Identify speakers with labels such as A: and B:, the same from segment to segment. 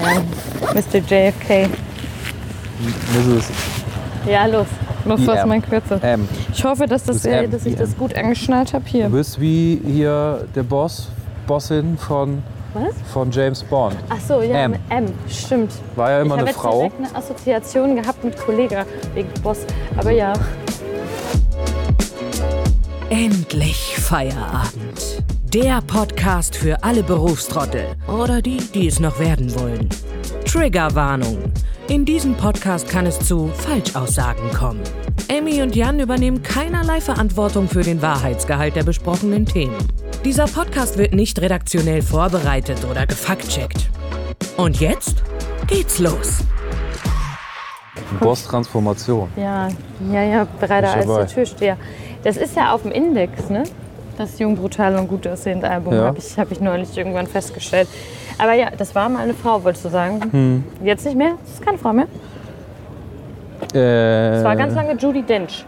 A: Nein. Mr. JFK.
B: Mrs.
A: Ja, los. Los, was
B: IM.
A: mein Kürze.
B: E M.
A: Ich hoffe, dass, das,
B: Das M,
A: äh, dass ich
B: IM.
A: das gut angeschnallt habe
B: ähm, Du
A: hier.
B: bist wie hier der Boss, Bossin von,
A: Was?
B: von James Bond.
A: Ach so, ja,
B: M.
A: M. M. Stimmt.
B: War ja immer
A: ich habe
B: eine
A: jetzt
B: Frau.
A: direkt eine Assoziation gehabt mit Kollega wegen Boss. Aber ja.
C: Endlich Feierabend. Der Podcast für alle Berufstrottel oder die, die es noch werden wollen. Triggerwarnung. In diesem Podcast kann es zu Falschaussagen kommen. Emmy und Jan übernehmen keinerlei Verantwortung für den Wahrheitsgehalt der besprochenen Themen. Dieser Podcast wird nicht redaktionell vorbereitet oder gefaktcheckt. Und jetzt geht's los.
B: Boss-Transformation.
A: Ja, ja, ja, breiter
B: Ist
A: als
B: dabei.
A: der Türsteher. Das ist ja auf dem Index, ne? Das Jung, Brutal und Gut aussehende Album
B: Ja.
A: habe ich, hab ich neulich irgendwann festgestellt. Aber ja, das war mal eine Frau, wolltest du sagen.
B: Hm.
A: Jetzt nicht mehr? Das ist keine Frau mehr.
B: Äh,
A: Das war ganz lange Judy Dench.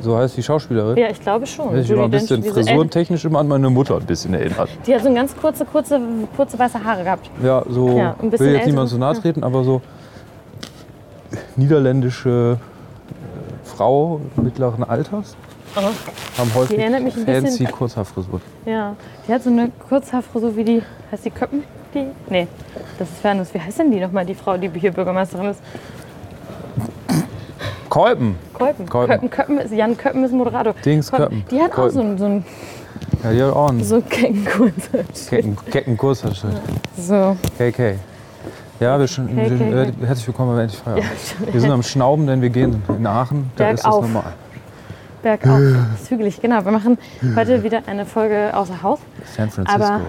B: So heißt die Schauspielerin.
A: Ja, ich glaube schon.
B: Ich immer ein bisschen
A: diese-
B: frisurentechnisch immer an meine Mutter ein bisschen erinnert.
A: äh, die hat so ganz kurze, kurze, kurze weiße Haare gehabt.
B: Ja, so
A: Ja, ein bisschen
B: will jetzt
A: älter.
B: niemand so nahe treten, aber so äh, niederländische äh, Frau mittleren Alters
A: Aha.
B: haben häufig
A: Die erinnert mich ein bisschen-
B: fancy Kurzhaarfrisur.
A: Ja, die hat so eine Kurzhaarfrisur wie die, heißt die Köppen? Die? Nee, das ist Fernus. Wie heißt denn die nochmal, die Frau, die hier Bürgermeisterin ist?
B: Kolben.
A: Kolpen.
B: Kolpen.
A: Köppen, Köppen ist, Jan Köppen ist Moderator.
B: Dings
A: Kolpen.
B: Köppen.
A: Die hat auch
B: Kolpen.
A: so einen, so einen,
B: Ja, die hat auch einen
A: so einen kecken Kurzhaarschnitt.
B: kecken, kecken Kurzhaarschnitt.
A: So.
B: KK. Ja, wir schon,
A: KK.
B: äh, herzlich willkommen bei Endlich Feierabend. wir sind am Schnauben, denn wir gehen in Aachen. Da ist das
A: Bergauf.
B: normal.
A: Bergauf. Das ist Hügelig, genau. Wir machen heute wieder eine Folge außer Haus.
B: San Francisco.
A: Aber-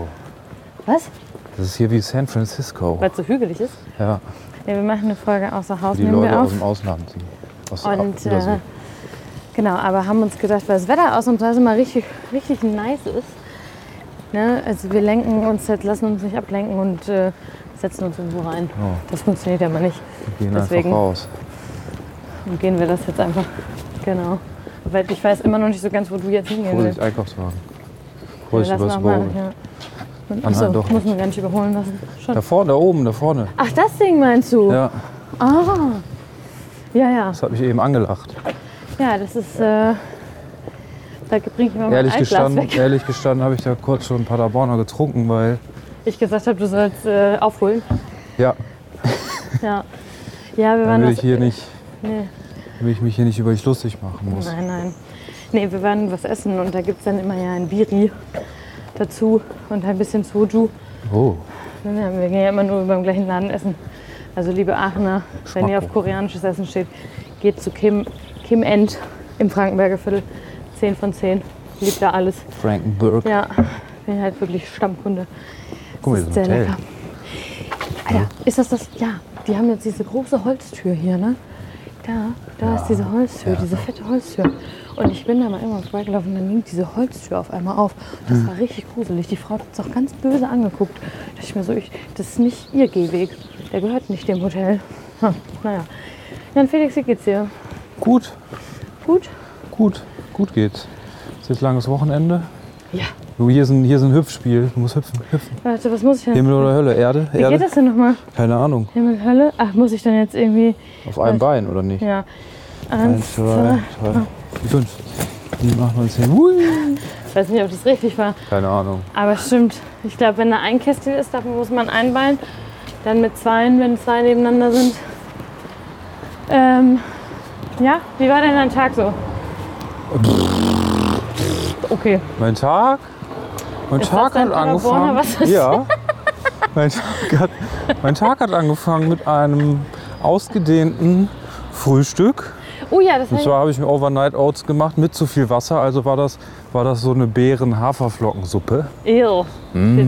A: Was?
B: das ist hier wie San Francisco.
A: Weil es so hügelig ist.
B: Ja,
A: Nee, wir machen eine Folge außer Haus,
B: die
A: nehmen
B: Leute
A: wir
B: aus
A: auf.
B: dem Ausland. Die aus
A: Und
B: Übersee.
A: äh, genau, aber haben uns gedacht, weil das Wetter ausnahmsweise also mal richtig, richtig nice ist. Ne? Also wir lenken uns jetzt, lassen uns nicht ablenken und äh, setzen uns irgendwo rein.
B: Ja.
A: Das funktioniert ja mal nicht.
B: Wir gehen
A: deswegen-
B: einfach raus.
A: Dann gehen wir das jetzt einfach. Genau. Weil ich weiß immer noch nicht so ganz, wo du jetzt hingehen
B: Hol
A: willst.
B: dich Einkaufswagen.
A: Wir
B: Hol dich
A: lassen
B: übers
A: auch mal,
B: Bogen.
A: ja. Und,
B: Ah,
A: achso,
B: nein, doch
A: muss man gar nicht überholen lassen. Schon.
B: Da vorne, da oben, da vorne.
A: Ach, das Ding meinst du?
B: Ja,
A: Ah. Ja, ja.
B: das hat mich eben angelacht.
A: Ja, das ist. Äh, da bringe ich immer Oh, mein
B: Ehrlich
A: Altglas
B: gestanden,
A: weg.
B: ehrlich gestanden habe ich da kurz schon ein Paderborner getrunken, weil.
A: Ich gesagt habe, du sollst äh, aufholen.
B: Ja,
A: Ja. Ja, wir
B: dann
A: waren
B: will
A: das.
B: ich, hier nicht,
A: nee.
B: will ich mich hier nicht über dich lustig machen muss.
A: Nein, nein. Nee, wir waren was essen und da gibt es dann immer ja ein Biri dazu und ein bisschen Soju.
B: Oh,
A: Nein, nein, wir gehen ja immer nur beim gleichen Laden essen. Also liebe Aachener, wenn ihr auf
B: Schmacko.
A: koreanisches Essen steht, geht zu Kim, Kim End im Frankenberger Viertel. 10 von 10. Liebt da alles.
B: Frankenburg.
A: Ja, bin halt wirklich Stammkunde.
B: Guck mal, hier
A: Das
B: ist
A: ist
B: ein
A: sehr
B: Hotel.
A: lecker. Ah ja, ist das das? Ja, die haben jetzt diese große Holztür hier, ne? Da, da ist diese Holztür, diese fette Holztür. Und ich bin da mal irgendwann vorbeigelaufen, dann ging diese Holztür auf einmal auf.
B: Hm.
A: Das war richtig gruselig. Die Frau hat uns auch ganz böse angeguckt. Da dachte ich mir so, ich, das ist nicht ihr Gehweg. Der gehört nicht dem Hotel. Hm, naja. Dann Felix, wie geht's dir?
B: Gut,
A: Gut?
B: gut, gut geht's. Es ist jetzt langes Wochenende.
A: Ja.
B: Du, hier ist ein, hier ist ein Hüpfspiel. Du musst hüpfen, hüpfen.
A: Warte, was muss ich denn?
B: Himmel oder Hölle? Erde?
A: wie
B: Erde?
A: geht das denn nochmal?
B: Keine Ahnung.
A: Himmel, Hölle? Ach, muss ich dann jetzt irgendwie.
B: Auf einem Bein oder nicht?
A: Ja.
B: Eins,
A: Eins,
B: zwei,
A: zwei.
B: drei, fünf, sieben, acht, neun, zehn. Hui.
A: Ich weiß nicht, ob das richtig war.
B: Keine Ahnung.
A: Aber stimmt. Ich glaube, wenn da ein Kästchen ist, davon muss man ein Bein. Dann mit zweien, wenn zwei nebeneinander sind. Ähm, ja, wie war denn dein Tag so? Okay.
B: Mein Tag? Mein
A: Ist das
B: Tag hat
A: dein Paderborner
B: angefangen.
A: Wasser?
B: Ja. Mein Tag, hat, mein Tag hat angefangen mit einem ausgedehnten Frühstück.
A: Oh ja, das
B: Und
A: war
B: zwar habe ich mir Overnight Oats gemacht mit zu viel Wasser. Also war das, war das so eine Beeren-Haferflockensuppe.
A: Ew. Shit.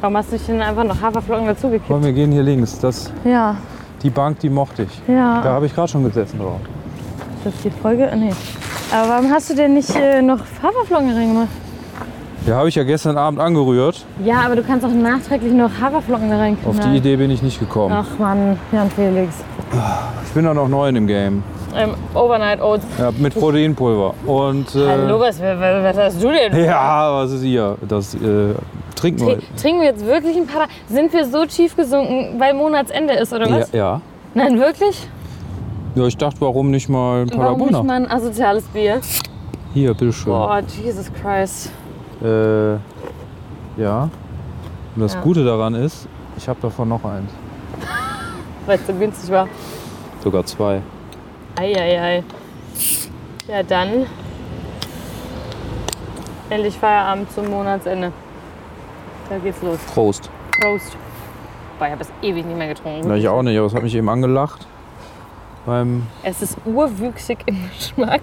A: Warum hast du nicht denn einfach noch Haferflocken dazugekippt?
B: Komm, wir gehen hier links. Das,
A: Ja,
B: die Bank, die mochte ich.
A: ja.
B: Da habe ich gerade schon gesessen drauf.
A: Ist das die Folge? Nee. Aber warum hast du denn nicht äh, noch Haferflocken rein gemacht?
B: Ja, habe ich ja gestern Abend angerührt.
A: Ja, aber du kannst auch nachträglich noch Haferflocken da reinknallen.
B: Auf die Idee bin ich nicht gekommen.
A: Ach Mann, Jan Felix.
B: Ich bin doch noch neu in dem Game.
A: Ähm, Overnight Oats.
B: Ja, mit Proteinpulver. Und, äh,
A: Hallo, was, was, was hast du denn?
B: Ja, was ist ihr? Das äh, trinken
A: Trin-
B: wollen.
A: Trinken wir jetzt wirklich ein paar? Sind wir so tief gesunken, weil Monatsende ist, oder
B: Ja,
A: was?
B: ja.
A: Nein, wirklich?
B: Ja, ich dachte, warum nicht mal ein
A: Warum nicht
B: Paderborner?
A: mal ein asoziales Bier?
B: Hier, bitteschön.
A: Oh, Jesus Christ.
B: Äh, ja. Und das
A: Ja.
B: Gute daran ist, ich habe davon noch eins.
A: Weil es so günstig war.
B: Sogar zwei.
A: Eieiei. Ja, dann. Endlich Feierabend zum Monatsende. Da geht's los.
B: Prost.
A: Prost. Boah, ich habe es ewig nicht mehr getrunken.
B: Na, ich auch nicht, aber es hat mich eben angelacht. Ähm, Beim
A: Es ist urwüchsig im Geschmack.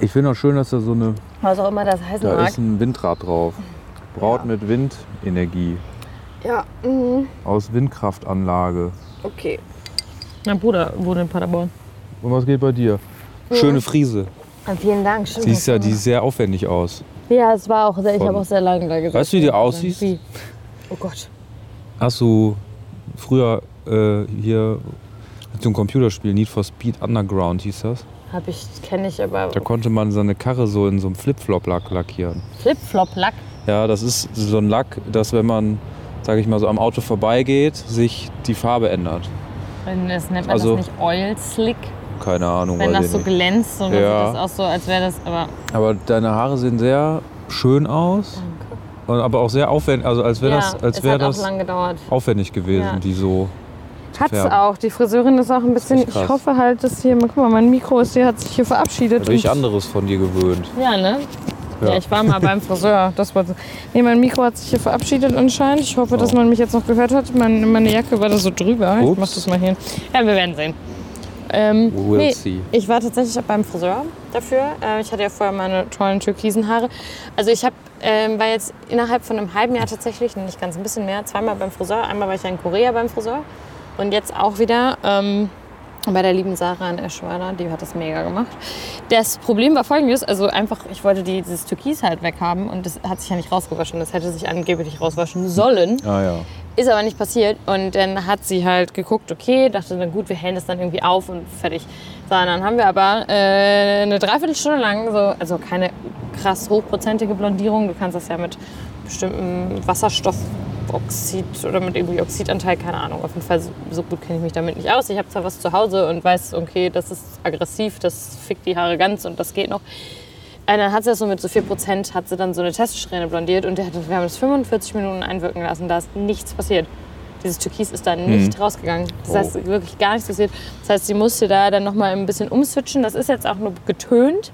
B: ich finde auch schön, dass da so eine.
A: Was auch immer das heißen
B: Da
A: mag.
B: ist ein Windrad drauf. Braut mit Windenergie.
A: Ja, mhm.
B: Aus Windkraftanlage.
A: okay. Mein Bruder wohnt in Paderborn.
B: Und was geht bei dir? Schöne Friese.
A: Ah, Vielen Dank. Schön,
B: Siehst ja, die sieht sehr aufwendig aus.
A: ja, es war auch sehr, ich
B: Von-
A: habe auch sehr lange da gesessen.
B: Weißt du, wie die aussieht?
A: Wie? Oh Gott.
B: Hast du früher äh, hier so ein Computerspiel, Need for Speed Underground hieß das?
A: Hab ich, kenne ich aber.
B: Da konnte man seine Karre so in so einem Flipflop-Lack lackieren.
A: Flip-Flop-Lack.
B: Ja, das ist so ein Lack, dass wenn man, sage ich mal, so am Auto vorbeigeht, sich die Farbe ändert.
A: Das nennt man
B: Also-
A: das nicht Oil-Slick.
B: Keine Ahnung,
A: Wenn
B: weiß
A: das
B: ich
A: so
B: nicht.
A: glänzt, so
B: Ja.
A: sieht das auch so, als wäre das. Aber
B: Aber deine Haare sehen sehr schön aus, und aber auch sehr aufwendig, also als wäre
A: ja,
B: das, als
A: es
B: wär
A: hat auch
B: das
A: lang gedauert.
B: aufwendig gewesen,
A: Ja.
B: die so.
A: Hat's
B: färben.
A: auch. Die Friseurin ist auch ein bisschen.
B: echt krass.
A: Ich hoffe halt, dass hier. Guck mal, mein Mikro ist hier, hat sich hier verabschiedet.
B: Durch
A: und-
B: anderes von dir gewöhnt.
A: Ja, ne? Ja.
B: Ja.
A: ich war mal beim Friseur. Das war nee, mein Mikro hat sich hier verabschiedet anscheinend. Ich hoffe, dass man mich jetzt noch gehört hat. Mein, meine Jacke war da so drüber. Ich
B: Oh. Ups.
A: mach das mal hier. Ja, wir werden sehen. Ähm,
B: We will
A: nee,
B: see.
A: ich war tatsächlich beim Friseur dafür. Äh, ich hatte ja vorher meine tollen türkisen Haare. Also ich hab, ähm, war jetzt innerhalb von einem halben Jahr tatsächlich, nicht ganz ein bisschen mehr, zweimal beim Friseur. Einmal war ich ja in Korea beim Friseur und jetzt auch wieder ähm, bei der lieben Sarah in Eschweiler. Die hat das mega gemacht. Das Problem war folgendes, also einfach, ich wollte die, dieses Türkis halt weghaben und das hat sich ja nicht rausgewaschen. Das hätte sich angeblich rauswaschen sollen.
B: Ah ja.
A: Ist aber nicht passiert. Und dann hat sie halt geguckt, okay, dachte dann gut, wir hellen das dann irgendwie auf und fertig. So, und dann haben wir aber äh, eine Dreiviertelstunde lang, so, also keine krass hochprozentige Blondierung. Du kannst das ja mit bestimmten Wasserstoffoxid oder mit irgendwie Oxidanteil, keine Ahnung. Auf jeden Fall so, so gut kenne ich mich damit nicht aus. Ich habe zwar was zu Hause und weiß, okay, das ist aggressiv, das fickt die Haare ganz und das geht noch. Und dann hat sie das so mit so 4% hat sie dann so eine Teststrähne blondiert und der hat, wir haben das 45 Minuten einwirken lassen, da ist nichts passiert. Dieses Türkis ist da nicht rausgegangen. Das
B: Oh.
A: heißt, wirklich gar nichts passiert. Das heißt, sie musste da dann nochmal ein bisschen umswitchen. Das ist jetzt auch nur getönt,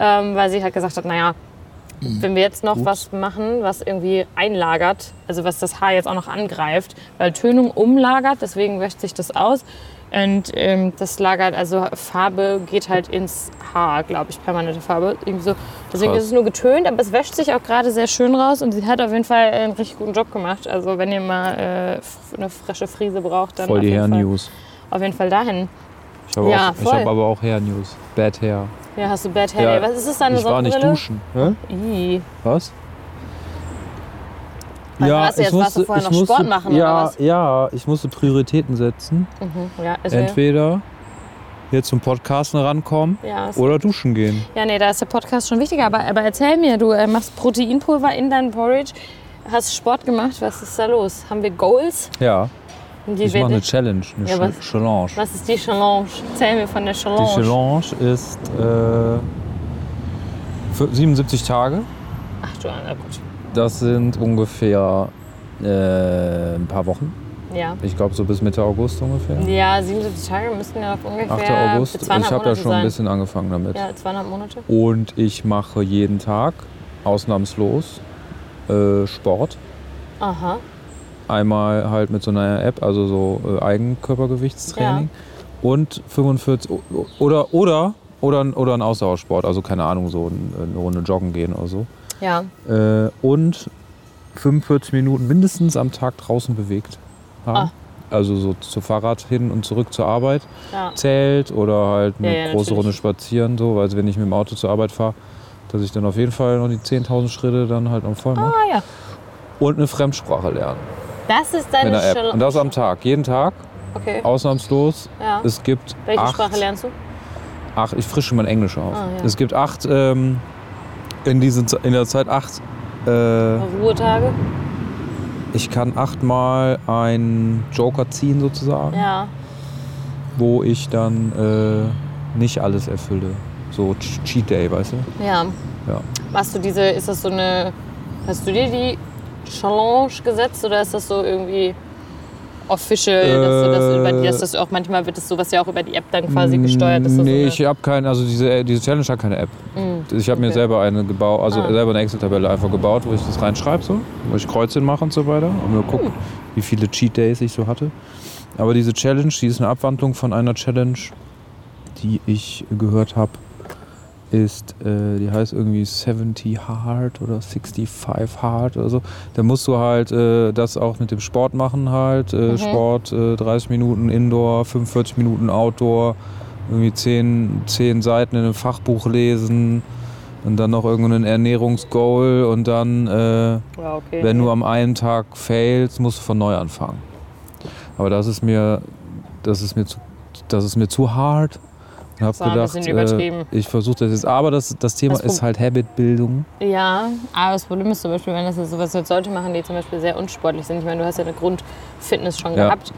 A: ähm, weil sie halt gesagt hat, naja,
B: Mhm.
A: wenn wir jetzt noch was machen, was irgendwie einlagert, also was das Haar jetzt auch noch angreift, weil Tönung umlagert, deswegen wäscht sich das aus. Und ähm, das lagert, also Farbe geht halt ins Haar, glaube ich, permanente Farbe. Irgendwie so. Deswegen
B: Krass.
A: ist es nur getönt, aber es wäscht sich auch gerade sehr schön raus und sie hat auf jeden Fall einen richtig guten Job gemacht. Also wenn ihr mal äh, f- eine frische Frise braucht, dann
B: Voll
A: auf,
B: die
A: jeden Fall,
B: Hair-News.
A: auf jeden Fall dahin.
B: Ich habe
A: Ja,
B: auch- ich
A: voll.
B: habe aber auch Hair-News. Bad Hair.
A: Ja, hast du Bad Hair.
B: Ja,
A: Day. Was ist das deine
B: ich war nicht
A: Sonnenbrille?
B: duschen. Hä?
A: Ih.
B: Was?
A: Was warst du jetzt? Warst du vorher noch Sport machen oder
B: ja,
A: was?
B: Ja, ich musste Prioritäten setzen.
A: Mhm. Ja, ist mir-
B: Entweder jetzt zum Podcasten rankommen
A: ja, ist
B: oder duschen gehen.
A: Ja, nee, da ist der Podcast schon wichtiger. Aber, aber erzähl mir, du äh, machst Proteinpulver in dein Porridge, hast Sport gemacht. Was ist da los? Haben wir Goals?
B: Ja,
A: Die
B: ich
A: werden-
B: mache eine Challenge, eine
A: Ja,
B: Sch-
A: was-
B: Challenge.
A: was ist die Challenge? Erzähl mir von der Challenge.
B: Die Challenge ist äh, für 77 Tage.
A: Ach du, na gut.
B: Das sind ungefähr äh, ein paar Wochen.
A: Ja.
B: Ich glaube so bis Mitte August ungefähr.
A: Ja, 77 Tage müssten ja noch
B: 8.
A: ungefähr für
B: August. Ich
A: zweieinhalb
B: habe
A: Monate
B: ja schon
A: sein.
B: ein bisschen angefangen damit.
A: Ja, zweieinhalb Monate.
B: Und ich mache jeden Tag, ausnahmslos, äh, Sport.
A: Aha.
B: Einmal halt mit so einer App, also so äh, Eigenkörpergewichtstraining. Und 45 o- o- oder oder oder, ein- oder ein Ausdauersport, also keine Ahnung, so ein- eine Runde joggen gehen oder so.
A: Ja.
B: Äh, und 45 Minuten mindestens am Tag draußen bewegt haben.
A: Ah.
B: Also so zu Fahrrad hin und zurück zur Arbeit.
A: ja.
B: Zelt oder halt eine
A: Ja, ja,
B: große
A: natürlich.
B: Runde spazieren, so, weil also wenn ich mit dem Auto zur Arbeit fahre, dass ich dann auf jeden Fall noch die 10.000 Schritte dann halt am voll mache.
A: Ah ja.
B: Und eine Fremdsprache lernen
A: Das ist
B: mit
A: deine
B: einer App. Und
A: Challenge.
B: das am Tag, jeden Tag,
A: Okay.
B: ausnahmslos.
A: Ja.
B: Es gibt
A: Ah. Welche
B: acht,
A: Sprache lernst du?
B: acht, ich frische mein Englisch auf.
A: Ah, ja.
B: Es gibt acht ähm, in, diesen, in der Zeit acht. Äh,
A: Oh. Ruhetage.
B: ich kann achtmal einen Joker ziehen, sozusagen,
A: Ja.
B: wo ich dann äh, nicht alles erfülle. So Ch- Cheat Day, weißt du?
A: Ja.
B: Ja.
A: Machst du diese, ist das so eine, hast du dir die Challenge gesetzt oder ist das so irgendwie official, dass du
B: Äh,
A: das über die, dass das auch manchmal wird das sowas ja auch über die App dann quasi gesteuert? Dass das
B: nee,
A: so
B: ich habe keine, also diese, diese Challenge hat keine App. Ich habe mir
A: okay.
B: selber eine gebaut, also
A: Ah.
B: selber eine Excel-Tabelle einfach gebaut, wo ich das reinschreibe, so, wo ich Kreuzchen mache und so weiter und mir
A: Hm.
B: gucke, wie viele Cheat Days ich so hatte. Aber diese Challenge, die ist eine Abwandlung von einer Challenge, die ich gehört habe, ist, äh, die heißt irgendwie 70 Hard oder 65 Hard oder so. Da musst du halt äh, das auch mit dem Sport machen halt. Äh,
A: Mhm.
B: Sport äh, 30 Minuten Indoor, 45 Minuten Outdoor, irgendwie 10, 10 Seiten in einem Fachbuch lesen und dann noch irgendein Ernährungsgoal und dann, äh,
A: eine, ja, okay.
B: wenn du am einen Tag failst, musst du von neu anfangen. Aber das ist mir, das ist mir zu, das ist mir zu hart. Ich habe
A: Das war ein
B: gedacht,
A: bisschen übertrieben.
B: äh, ich versuche das jetzt. Aber das, das Thema
A: Das Pro-
B: ist halt Habitbildung.
A: Ja, aber das Problem ist zum Beispiel, wenn das jetzt sowas jetzt Leute machen, die zum Beispiel sehr unsportlich sind. Ich meine, du hast ja eine Grundfitness schon
B: Ja.
A: gehabt.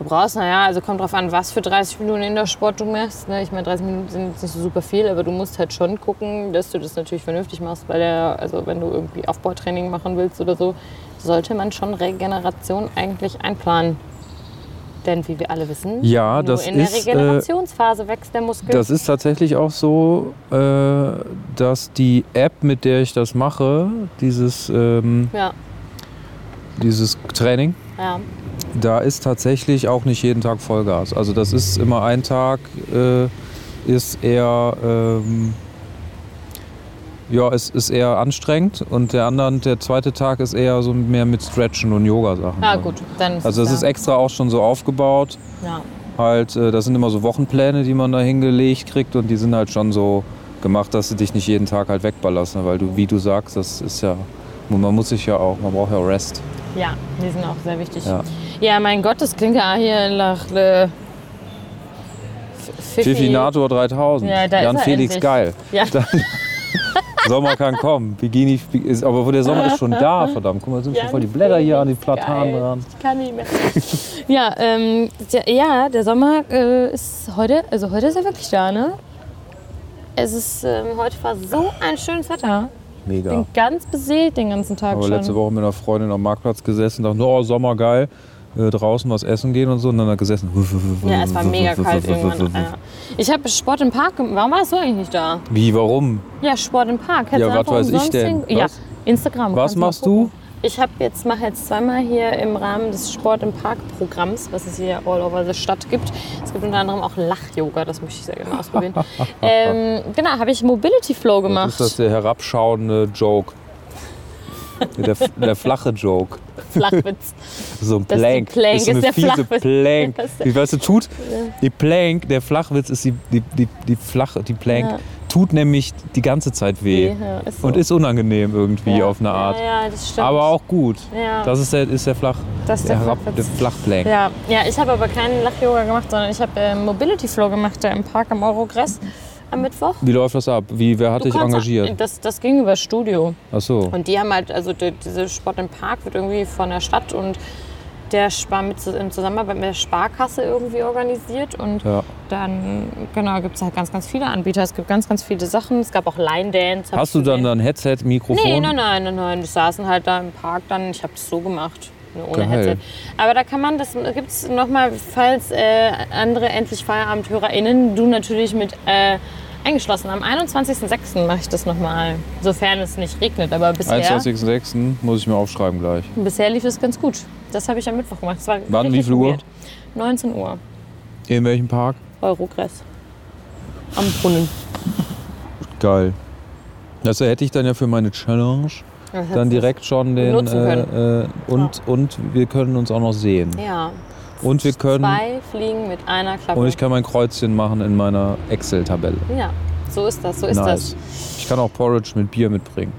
A: Du brauchst, naja, also kommt drauf an, was für 30 Minuten in der Sport du machst. Ne? Ich meine, 30 Minuten sind jetzt nicht so super viel, aber du musst halt schon gucken, dass du das natürlich vernünftig machst, weil der, also wenn du irgendwie Aufbautraining machen willst oder so, sollte man schon Regeneration eigentlich einplanen. Denn wie wir alle wissen,
B: Ja,
A: nur
B: das
A: in der
B: ist, äh,
A: Regenerationsphase wächst der Muskel.
B: Das ist tatsächlich auch so, äh, dass die App, mit der ich das mache, dieses, ähm,
A: ja,
B: dieses Training,
A: ja.
B: da ist tatsächlich auch nicht jeden Tag Vollgas. Also das ist immer ein Tag, äh, ist eher, ähm, ja, es ist eher anstrengend und der anderen, der zweite Tag ist eher so mehr mit Stretchen und Yoga-Sachen.
A: Ah, gut, dann ist
B: Also das ist
A: ja.
B: extra auch schon so aufgebaut,
A: Ja.
B: halt, äh, das sind immer so Wochenpläne, die man da hingelegt kriegt und die sind halt schon so gemacht, dass sie dich nicht jeden Tag halt wegballerst, ne? weil du, wie du sagst, das ist ja, man muss sich ja auch, man braucht ja Rest.
A: Ja, die sind auch sehr wichtig. Ja,
B: Ja.
A: mein Gott, das klingt ja hier nach äh, F- Fifi.
B: Fifi Nator 3000,
A: Ja, da ist
B: Jan
A: er
B: Felix
A: endlich.
B: Geil.
A: Ja.
B: Da- Sommer kann kommen, Bikini, ist, aber wo der Sommer ist schon da, verdammt, guck mal, sind schon
A: Jan
B: voll die Blätter hier an die
A: Felix
B: Platanen
A: Geil.
B: dran.
A: Ich kann nicht mehr. ja, ähm, ja, ja, der Sommer äh, ist heute, also heute ist er wirklich da, ne? Es ist, ähm, heute war so ein schönes Wetter. Ich
B: Mega.
A: bin ganz beseelt den ganzen Tag
B: Aber
A: schon.
B: letzte Woche mit einer Freundin am Marktplatz gesessen, dachte, oh, Sommer geil, äh, draußen was essen gehen und so, und dann da gesessen.
A: ja, es war mega kalt irgendwann. Ja. Ich habe Sport im Park gemacht. Warum warst du eigentlich nicht da?
B: Wie, warum?
A: Ja, Sport im Park. Hättest
B: Ja,
A: du
B: was
A: einfach
B: weiß ich
A: umsonst
B: denn?
A: hin- Ja,
B: Was?
A: Instagram.
B: Was
A: kannst mal
B: machst du?
A: gucken. Ich habe jetzt mache jetzt zweimal hier im Rahmen des Sport im Park Programms, was es hier all over the Stadt gibt. Es gibt unter anderem auch Lach-Yoga, das möchte ich sehr gerne ausprobieren. ähm, genau, habe ich Mobility Flow
B: Was
A: gemacht.
B: ist das der herabschauende Joke? Der, der flache Joke.
A: Flachwitz.
B: So ein
A: Das ist die
B: Plank.
A: Plank,
B: so eine
A: ist der
B: fiese
A: Flachwitz.
B: Plank.
A: Das ist der-
B: Wie weißt du, tut die Plank, der Flachwitz ist die, die, die, die flache, die Plank,
A: Ja.
B: tut nämlich die ganze Zeit weh.
A: Ja, ist so.
B: Und ist unangenehm irgendwie auf eine Art.
A: Ja, ja das stimmt.
B: Aber auch gut.
A: Ja.
B: Das ist der, ist der Flach.
A: Das ist der
B: herab-
A: Flachwitz.
B: der Flachplank.
A: Ja, ja ich habe aber keinen Lach-Yoga gemacht, sondern ich habe äh, Mobility Flow gemacht da im Park am Eurogress am Mittwoch.
B: Wie läuft das ab? Wie, wer hat
A: Du
B: dich
A: kannst-
B: engagiert?
A: Das, das ging über Studio.
B: Ach so.
A: Und die haben halt, also die, diese Sport im Park wird irgendwie von der Stadt und der Spar mit, in Zusammenarbeit mit der Sparkasse irgendwie organisiert. Und
B: Ja.
A: dann, genau, gibt es halt ganz, ganz viele Anbieter. Es gibt ganz, ganz viele Sachen. Es gab auch Line Dance. hab
B: Hast
A: ich
B: du dann
A: gesehen.
B: ein Headset, Mikrofon?
A: Nee, nein, nein, nein, nein. Die saßen halt da im Park dann. Ich habe das so gemacht. nur Ohne
B: Geil.
A: Headset. Aber da kann man, das gibt es nochmal, falls äh, andere endlich Feierabend-HörerInnen, du natürlich mit äh, eingeschlossen. Am 21.06. mache ich das nochmal. Sofern es nicht regnet, aber bisher.
B: 21.06. hm, muss ich mir aufschreiben gleich.
A: Bisher lief es ganz gut. Das habe ich am Mittwoch gemacht. Das war
B: Wann,
A: richtig
B: wie viel Uhr?
A: weird. 19 Uhr.
B: In welchem Park?
A: Eurogress. Am Brunnen.
B: Geil. Das hätte ich dann ja für meine Challenge dann direkt schon den.
A: nutzen können.
B: Äh, äh, und, und wir können uns auch noch sehen.
A: Ja.
B: Und wir können.
A: Zwei fliegen mit einer Klappe.
B: Und ich kann mein Kreuzchen machen in meiner Excel-Tabelle.
A: ja, so ist das, so ist
B: Nice. Ich kann auch Porridge mit Bier mitbringen.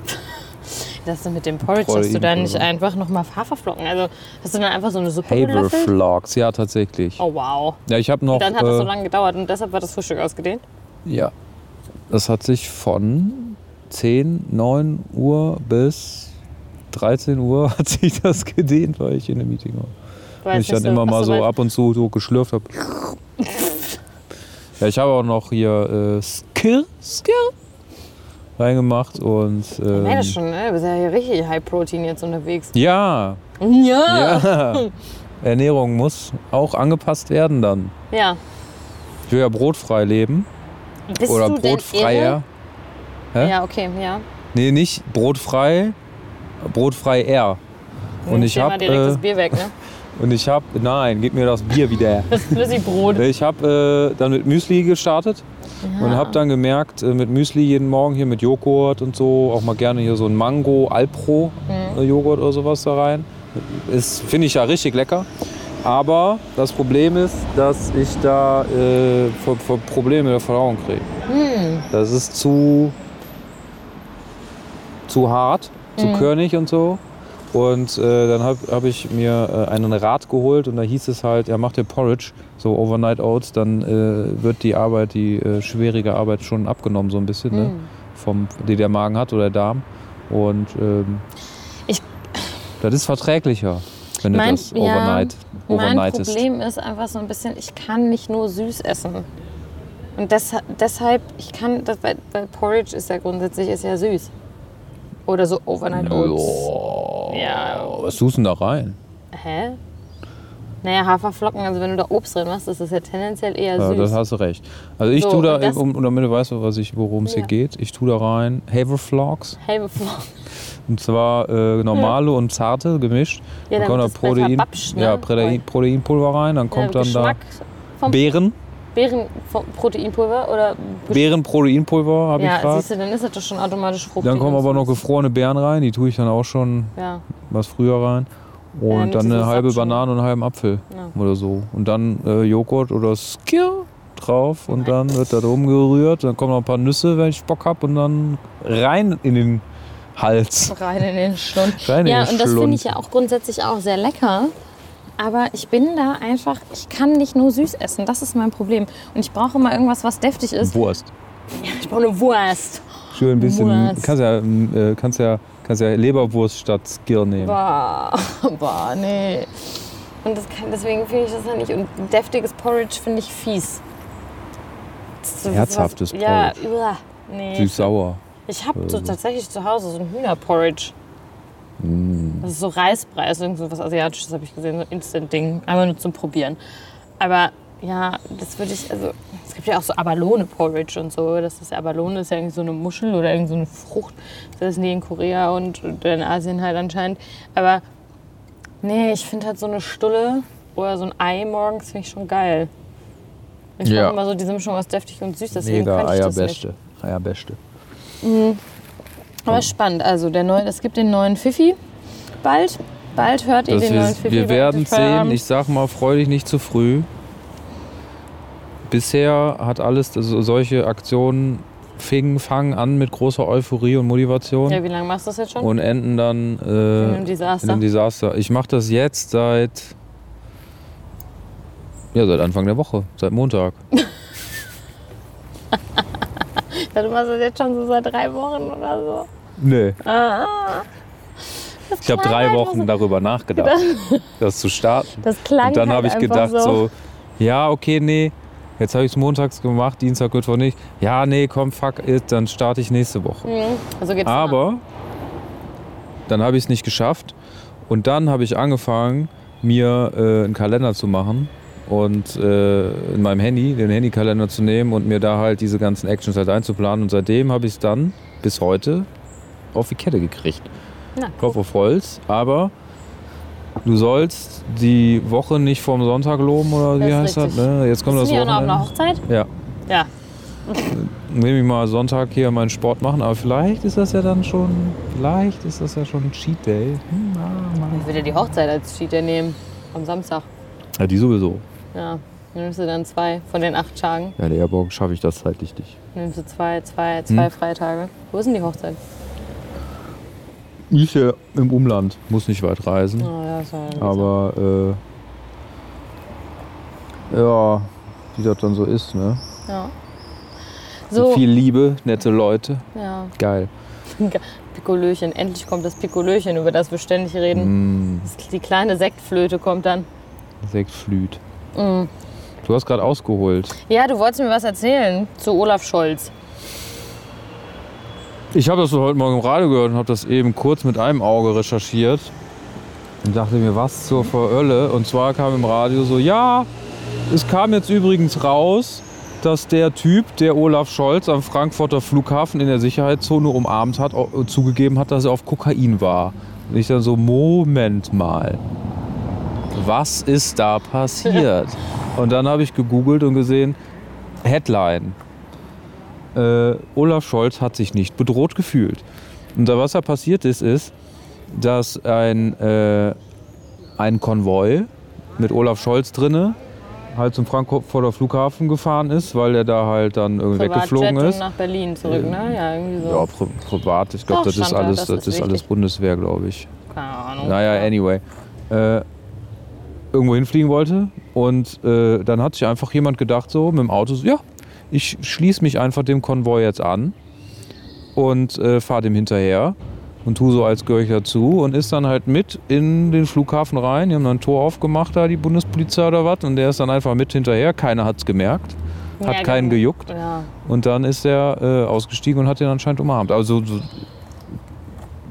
A: das. Das mit dem Porridge, dass
B: Protein-
A: du da nicht einfach nochmal Haferflocken, also hast du dann einfach so eine Suppe gelöffelt?
B: Haberflogs, ja tatsächlich.
A: Oh wow.
B: Ja, ich habe noch.
A: Dann hat das so
B: äh,
A: lange gedauert und deshalb war das Frühstück ausgedehnt.
B: Ja. Das hat sich von 10, 9 Uhr bis 13 Uhr hat sich das gedehnt, weil ich in einem Meeting war. Und ich dann immer mal so ab und zu so geschlürft habe. ja, ich habe auch noch hier äh, Skill, Skill reingemacht und.
A: Ich
B: Ähm,
A: meine schon, ne? Du bist ja hier richtig High Protein jetzt unterwegs.
B: ja,
A: Ja.
B: ja. Ernährung muss auch angepasst werden dann.
A: Ja.
B: Ich will ja brotfrei leben
A: Bist
B: oder ne?
A: du denn
B: brotfreier.
A: irre?
B: Hä?
A: Ja, okay, ja.
B: Nee, nicht brotfrei, brotfrei eher. Und ich
A: stell mal
B: hab,
A: direkt
B: äh,
A: das Bier weg, ne?
B: Und ich habe, nein, gib mir das Bier wieder.
A: Das Flüssigbrot.
B: Ich habe äh, dann mit Müsli gestartet und habe dann gemerkt, äh, mit Müsli jeden Morgen hier mit Joghurt und so, auch mal gerne hier so ein Mango Alpro äh, Joghurt oder sowas da rein. Ist finde ich ja richtig lecker. Aber das Problem ist, dass ich da äh, Ver- Ver- Probleme mit der Verdauung kriege. Das ist zu, zu hart, zu
A: Mhm.
B: körnig und so. Und äh, dann habe hab ich mir äh, einen Rat geholt und da hieß es halt, ja, mach dir Porridge, so Overnight Oats, dann äh, wird die Arbeit, die äh, schwierige Arbeit schon abgenommen, so ein bisschen, ne?
A: Mhm.
B: Vom, die der Magen hat oder der Darm. Und ähm,
A: Ich-
B: das ist verträglicher, wenn
A: Mein-
B: du das
A: ja,
B: overnight,
A: Mein
B: overnight ist.
A: Problem ist einfach so ein bisschen, ich kann nicht nur süß essen. Und des, deshalb, ich kann, das, weil, weil Porridge ist ja grundsätzlich ist ja süß. Oder so Overnight Oats. Ja.
B: Was tust du denn da rein?
A: Hä? Naja, Haferflocken, also wenn du da Obst drin machst, ist das ja tendenziell eher
B: Ja,
A: süß.
B: das hast du recht. Also ich
A: So,
B: tue da,
A: und das-
B: um, und damit du weißt, was ich, worum es
A: Ja.
B: hier geht, ich tue da rein Haverflocks,
A: Halbe Form.
B: Und zwar äh, normale und zarte gemischt.
A: Hm. Ja,
B: dann
A: dann
B: kommt
A: wird
B: da
A: das besser
B: Protein,
A: babsch, ne?
B: ja, Protein, Proteinpulver rein, dann kommt
A: Ja,
B: dann da
A: Geschmack vom
B: Beeren.
A: Beeren vom Proteinpulver oder
B: Beeren-Proteinpulver habe ich
A: Ja,
B: gerade.
A: siehst du, dann ist das doch schon automatisch fruchtig.
B: Dann kommen
A: und
B: aber noch
A: süß.
B: gefrorene Beeren rein, die tue ich dann auch schon
A: Ja.
B: was früher rein. Und
A: damit
B: dann
A: sie
B: eine
A: so
B: halbe
A: abschmecken.
B: Banane und einen halben Apfel
A: Ja.
B: oder so. Und dann äh, Joghurt oder Skir drauf und dann wird das umgerührt. Dann kommen noch ein paar Nüsse, wenn ich Bock habe und dann rein in den Hals.
A: Rein in den Schlund.
B: Rein in
A: ja,
B: den
A: und das finde
B: Schlund.
A: ich ja auch grundsätzlich auch sehr lecker. Aber ich bin da einfach, ich kann nicht nur süß essen. Das ist mein Problem. Und ich brauche immer irgendwas, was deftig ist.
B: Wurst.
A: Ich brauche eine Wurst.
B: Schön ein bisschen.
A: Wurst.
B: Kannst ja, äh, kannst ja, kannst ja Leberwurst statt Skir nehmen.
A: Bah, bah, nee. Und das kann, deswegen finde ich das ja nicht. Und deftiges Porridge finde ich fies. Das ist so was-
B: Herzhaftes
A: ja,
B: Porridge.
A: uah, nee.
B: Süß-sauer.
A: Ich habe so tatsächlich zu Hause so ein Hühnerporridge. Das ist so Reispreis, irgend so was Asiatisches habe ich gesehen, so ein Instant-Ding. Einmal nur zum Probieren. Aber ja, das würde ich, also es gibt ja auch so Abalone-Porridge und so. Das ist ja Abalone, ist ja irgendwie so eine Muschel oder irgend so eine Frucht. Das ist nie in Korea und und in Asien halt anscheinend. Aber nee, ich finde halt so eine Stulle oder so ein Ei morgens finde ich schon geil. Ich
B: Ja.
A: ja. immer so diese Mischung aus deftig und süß, deswegen könnte ich das nicht.
B: Eierbeste. Eierbeste.
A: Aber spannend, also der neue, es gibt den neuen Fifi bald. Bald hört ihr
B: Das
A: den neuen
B: wir
A: Fifi.
B: wir
A: bei
B: werden
A: Active Firearm.
B: sehen. Ich sag mal, freu dich nicht zu früh. Bisher hat alles, also solche Aktionen fingen, fangen an mit großer Euphorie und Motivation
A: ja, wie lange machst du das jetzt schon?
B: und enden dann äh,
A: In einem Desaster.
B: in einem Desaster. Ich mache das jetzt seit ja seit Anfang der Woche, seit Montag.
A: Ja, du machst das jetzt schon so seit drei Wochen oder so.
B: Nee.
A: Ah.
B: ich habe drei Wochen darüber nachgedacht, das zu starten.
A: Das klang
B: Und dann
A: halt
B: habe ich
A: einfach
B: gedacht, so.
A: so.
B: ja, okay, nee, jetzt habe ich es montags gemacht, Dienstag, Mittwoch nicht. Ja, nee, komm, fuck it, dann starte ich nächste Woche.
A: Also geht's immer.
B: Aber dann habe ich es nicht geschafft. Und dann habe ich angefangen, mir äh, einen Kalender zu machen und äh, in meinem Handy den Handykalender zu nehmen und mir da halt diese ganzen Actions halt einzuplanen. Und seitdem habe ich es dann bis heute auf die Kette gekriegt.
A: Na,
B: Klopf auf Holz, aber du sollst die Woche nicht vorm Sonntag loben oder wie
A: Das
B: heißt
A: ist
B: das?
A: richtig.
B: Ne? Jetzt kommt das
A: Sind die auch noch auf einer
B: Wochenende.
A: Hochzeit?
B: Ja,
A: Ja.
B: nehme ich mal Sonntag hier meinen Sport machen, aber vielleicht ist das ja dann schon, vielleicht ist das ja schon ein Cheat Day. Hm, na, na.
A: Ich würde die Hochzeit als Cheat Day nehmen. Am Samstag.
B: Ja, die sowieso.
A: Ja. Dann nimmst du dann zwei von den acht Tagen.
B: Ja, der Airborg schaffe ich das zeitlich nicht.
A: Dann nimmst du zwei,
B: Hm?
A: zwei, zwei Freitage. Wo ist denn die Hochzeit?
B: Ist ja im Umland, muss nicht weit reisen,
A: Oh, ja, ist ja nicht so.
B: aber äh, ja, wie das dann so ist, ne?
A: Ja. So,
B: Viel Liebe, nette Leute.
A: ja.
B: Geil.
A: Pikolöchen. Endlich kommt das Pikolöchen, über das wir ständig reden.
B: Mm,
A: Das- Die kleine Sektflöte kommt dann.
B: Sektflüt.
A: Mhm.
B: Du hast gerade ausgeholt.
A: Ja, du wolltest mir was erzählen zu Olaf Scholz.
B: Ich habe das so heute Morgen im Radio gehört und habe das eben kurz mit einem Auge recherchiert und dachte mir, was zur Verölle. Und zwar kam im Radio so, ja, es kam jetzt übrigens raus, dass der Typ, der Olaf Scholz am Frankfurter Flughafen in der Sicherheitszone umarmt hat, au- zugegeben hat, dass er auf Kokain war. Und ich dann so, Moment mal, was ist da passiert? Und dann habe ich gegoogelt und gesehen, Headline, äh, Olaf Scholz hat sich nicht bedroht gefühlt. Und da was da passiert ist, ist, dass ein, äh, ein Konvoi mit Olaf Scholz drinne halt zum Frankfurter Flughafen gefahren ist, weil er da halt dann irgendwie weggeflogen
A: Privatjet und
B: ist.
A: nach Berlin zurück, ne? Ja, irgendwie so.
B: Ja, pri privat, ich glaube,
A: Doch,
B: das ist
A: stand da,
B: alles,
A: das
B: das
A: ist
B: ist alles
A: wichtig.
B: Bundeswehr, glaube ich.
A: Keine Ahnung.
B: Naja, anyway. Äh, irgendwo hinfliegen wollte und äh, dann hat sich einfach jemand gedacht, so mit dem Auto, so, ja, ich schließe mich einfach dem Konvoi jetzt an und äh, fahre dem hinterher und tu so, als gehöre ich dazu und ist dann halt mit in den Flughafen rein. Die haben dann ein Tor aufgemacht, da die Bundespolizei oder was und der ist dann einfach mit hinterher. Keiner hat's gemerkt, hat
A: Ja,
B: keinen
A: genau.
B: gejuckt.
A: Ja.
B: Und dann ist er äh, ausgestiegen und hat den anscheinend umarmt. Also so,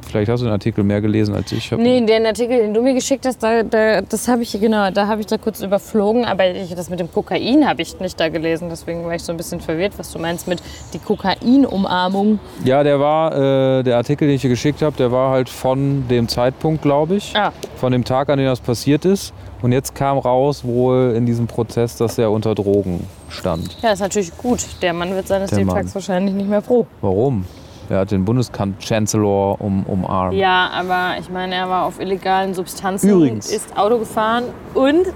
B: vielleicht hast du den Artikel mehr gelesen als ich. ich. hab-
A: Nee, den Artikel, den du mir geschickt hast, da, da, das habe ich genau, da habe ich da kurz überflogen, aber ich, das mit dem Kokain habe ich nicht da gelesen, deswegen war ich so ein bisschen verwirrt, was du meinst mit die Kokainumarmung.
B: Ja, der war, äh, der Artikel, den ich dir geschickt habe, der war halt von dem Zeitpunkt, glaube ich,
A: Ah.
B: von dem Tag, an dem das passiert ist. Und jetzt kam raus wohl in diesem Prozess, dass er unter Drogen stand.
A: Ja, ist natürlich gut. Der Mann wird seines
B: Der
A: Lebtags
B: Mann.
A: wahrscheinlich nicht mehr froh.
B: Warum? Er hat den Bundeskanzler um, umarmt.
A: Ja, aber ich meine, er war auf illegalen Substanzen,
B: Übrigens.
A: ist Auto gefahren und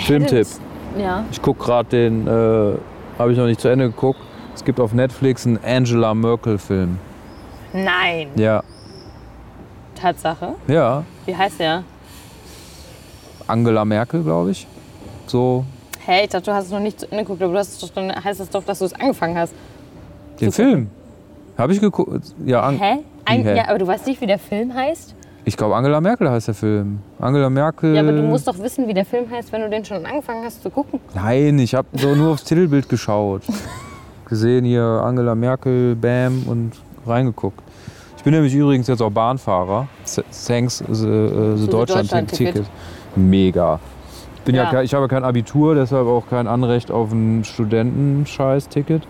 B: Filmtipp.
A: ja,
B: Ich gucke gerade den, äh, habe ich noch nicht zu Ende geguckt. Es gibt auf Netflix einen Angela Merkel-Film.
A: nein,
B: Ja.
A: Tatsache.
B: Ja.
A: Wie heißt der?
B: Angela Merkel, glaube ich. So,
A: Hey, ich dachte, du hast es noch nicht zu Ende geguckt, aber du hast es doch, dann heißt das doch, dass du es angefangen hast.
B: den Film. Habe ich geguckt. Ja, an
A: Hä? Ein,
B: Wie, hä?
A: ja, aber du weißt nicht, wie der Film heißt?
B: Ich glaube, Angela Merkel heißt der Film. Angela Merkel.
A: Ja, aber du musst doch wissen, wie der Film heißt, wenn du den schon angefangen hast zu gucken.
B: Nein, ich habe so nur aufs Titelbild geschaut. Gesehen hier Angela Merkel, bam, und reingeguckt. Ich bin nämlich übrigens jetzt auch Bahnfahrer. S- Thanks, the, äh, the
A: the Deutschland-Ticket.
B: Deutschland-Ticket. Mega. Ich, bin ja.
A: Ja.
B: kein- ich habe kein Abitur, deshalb auch kein Anrecht auf ein Studentenscheiß-Ticket,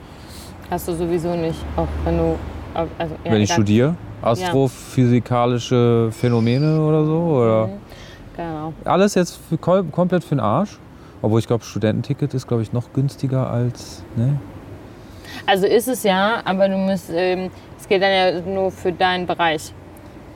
A: Hast du sowieso nicht, auch wenn du. Also, ja,
B: wenn ich
A: egal.
B: studiere. Astrophysikalische Phänomene oder so?
A: Mhm.
B: Oder?
A: Genau.
B: alles jetzt für, kom- komplett für den Arsch. Obwohl ich glaube, Studententicket ist, glaube ich, noch günstiger als. Ne?
A: Also ist es ja, aber du musst. Ähm, es geht dann ja nur für deinen Bereich.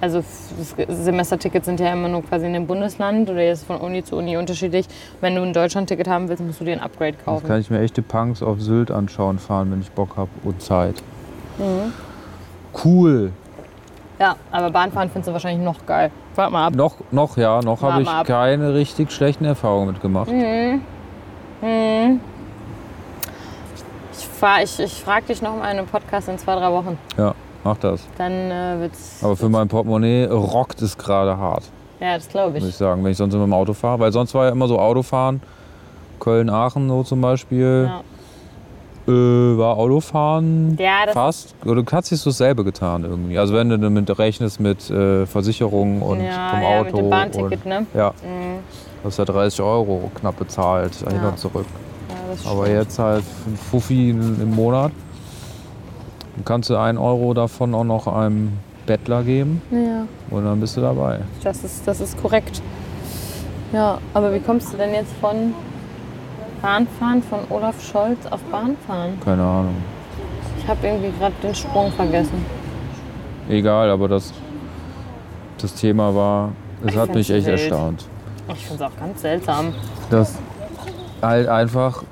A: Also f- das Semestertickets sind ja immer nur quasi in dem Bundesland oder jetzt von Uni zu Uni unterschiedlich. Wenn du ein Deutschlandticket haben willst, musst du dir ein Upgrade
B: Jetzt
A: kaufen.
B: kann ich mir echte Punks auf Sylt anschauen, fahren, wenn ich Bock habe und Zeit.
A: Mhm.
B: Cool.
A: Ja, aber Bahnfahren findest du wahrscheinlich noch geil. Warte mal ab.
B: Noch, noch ja, noch
A: Warte
B: habe ich
A: mal ab. Mhm.
B: keine richtig schlechten Erfahrungen mitgemacht.
A: Ich, fahr- ich, ich frage dich nochmal in einem Podcast in zwei, drei Wochen.
B: Ja, mach das.
A: Dann äh, wird's.
B: Aber für mein Portemonnaie rockt es gerade hart,
A: Ja, das glaube ich.
B: muss ich sagen, wenn ich sonst immer im Auto fahre. Weil sonst war ja immer so Autofahren, Köln-Aachen so zum Beispiel,
A: Ja.
B: äh, war Autofahren
A: Ja, das
B: Fast. Du hast dich so selber getan irgendwie. Also wenn du damit rechnest mit äh, Versicherung und
A: ja,
B: vom
A: ja,
B: Auto.
A: mit dem Bahnticket,
B: und,
A: ne?
B: Ja, hast ja 30 Euro knapp bezahlt, hin und zurück.
A: Ja, das
B: Aber
A: stimmt.
B: jetzt halt ein Fuffi im Monat. Dann kannst du einen Euro davon auch noch einem Bettler geben
A: Ja,
B: und dann bist du dabei.
A: das ist, das ist korrekt. Ja, aber wie kommst du denn jetzt von Bahnfahren, von Olaf Scholz auf Bahnfahren?
B: Keine Ahnung.
A: Ich habe irgendwie gerade den Sprung vergessen.
B: Egal, aber das, das Thema war, es hat mich echt
A: fand's wild.
B: erstaunt.
A: Ich finde es auch ganz seltsam.
B: Das halt einfach.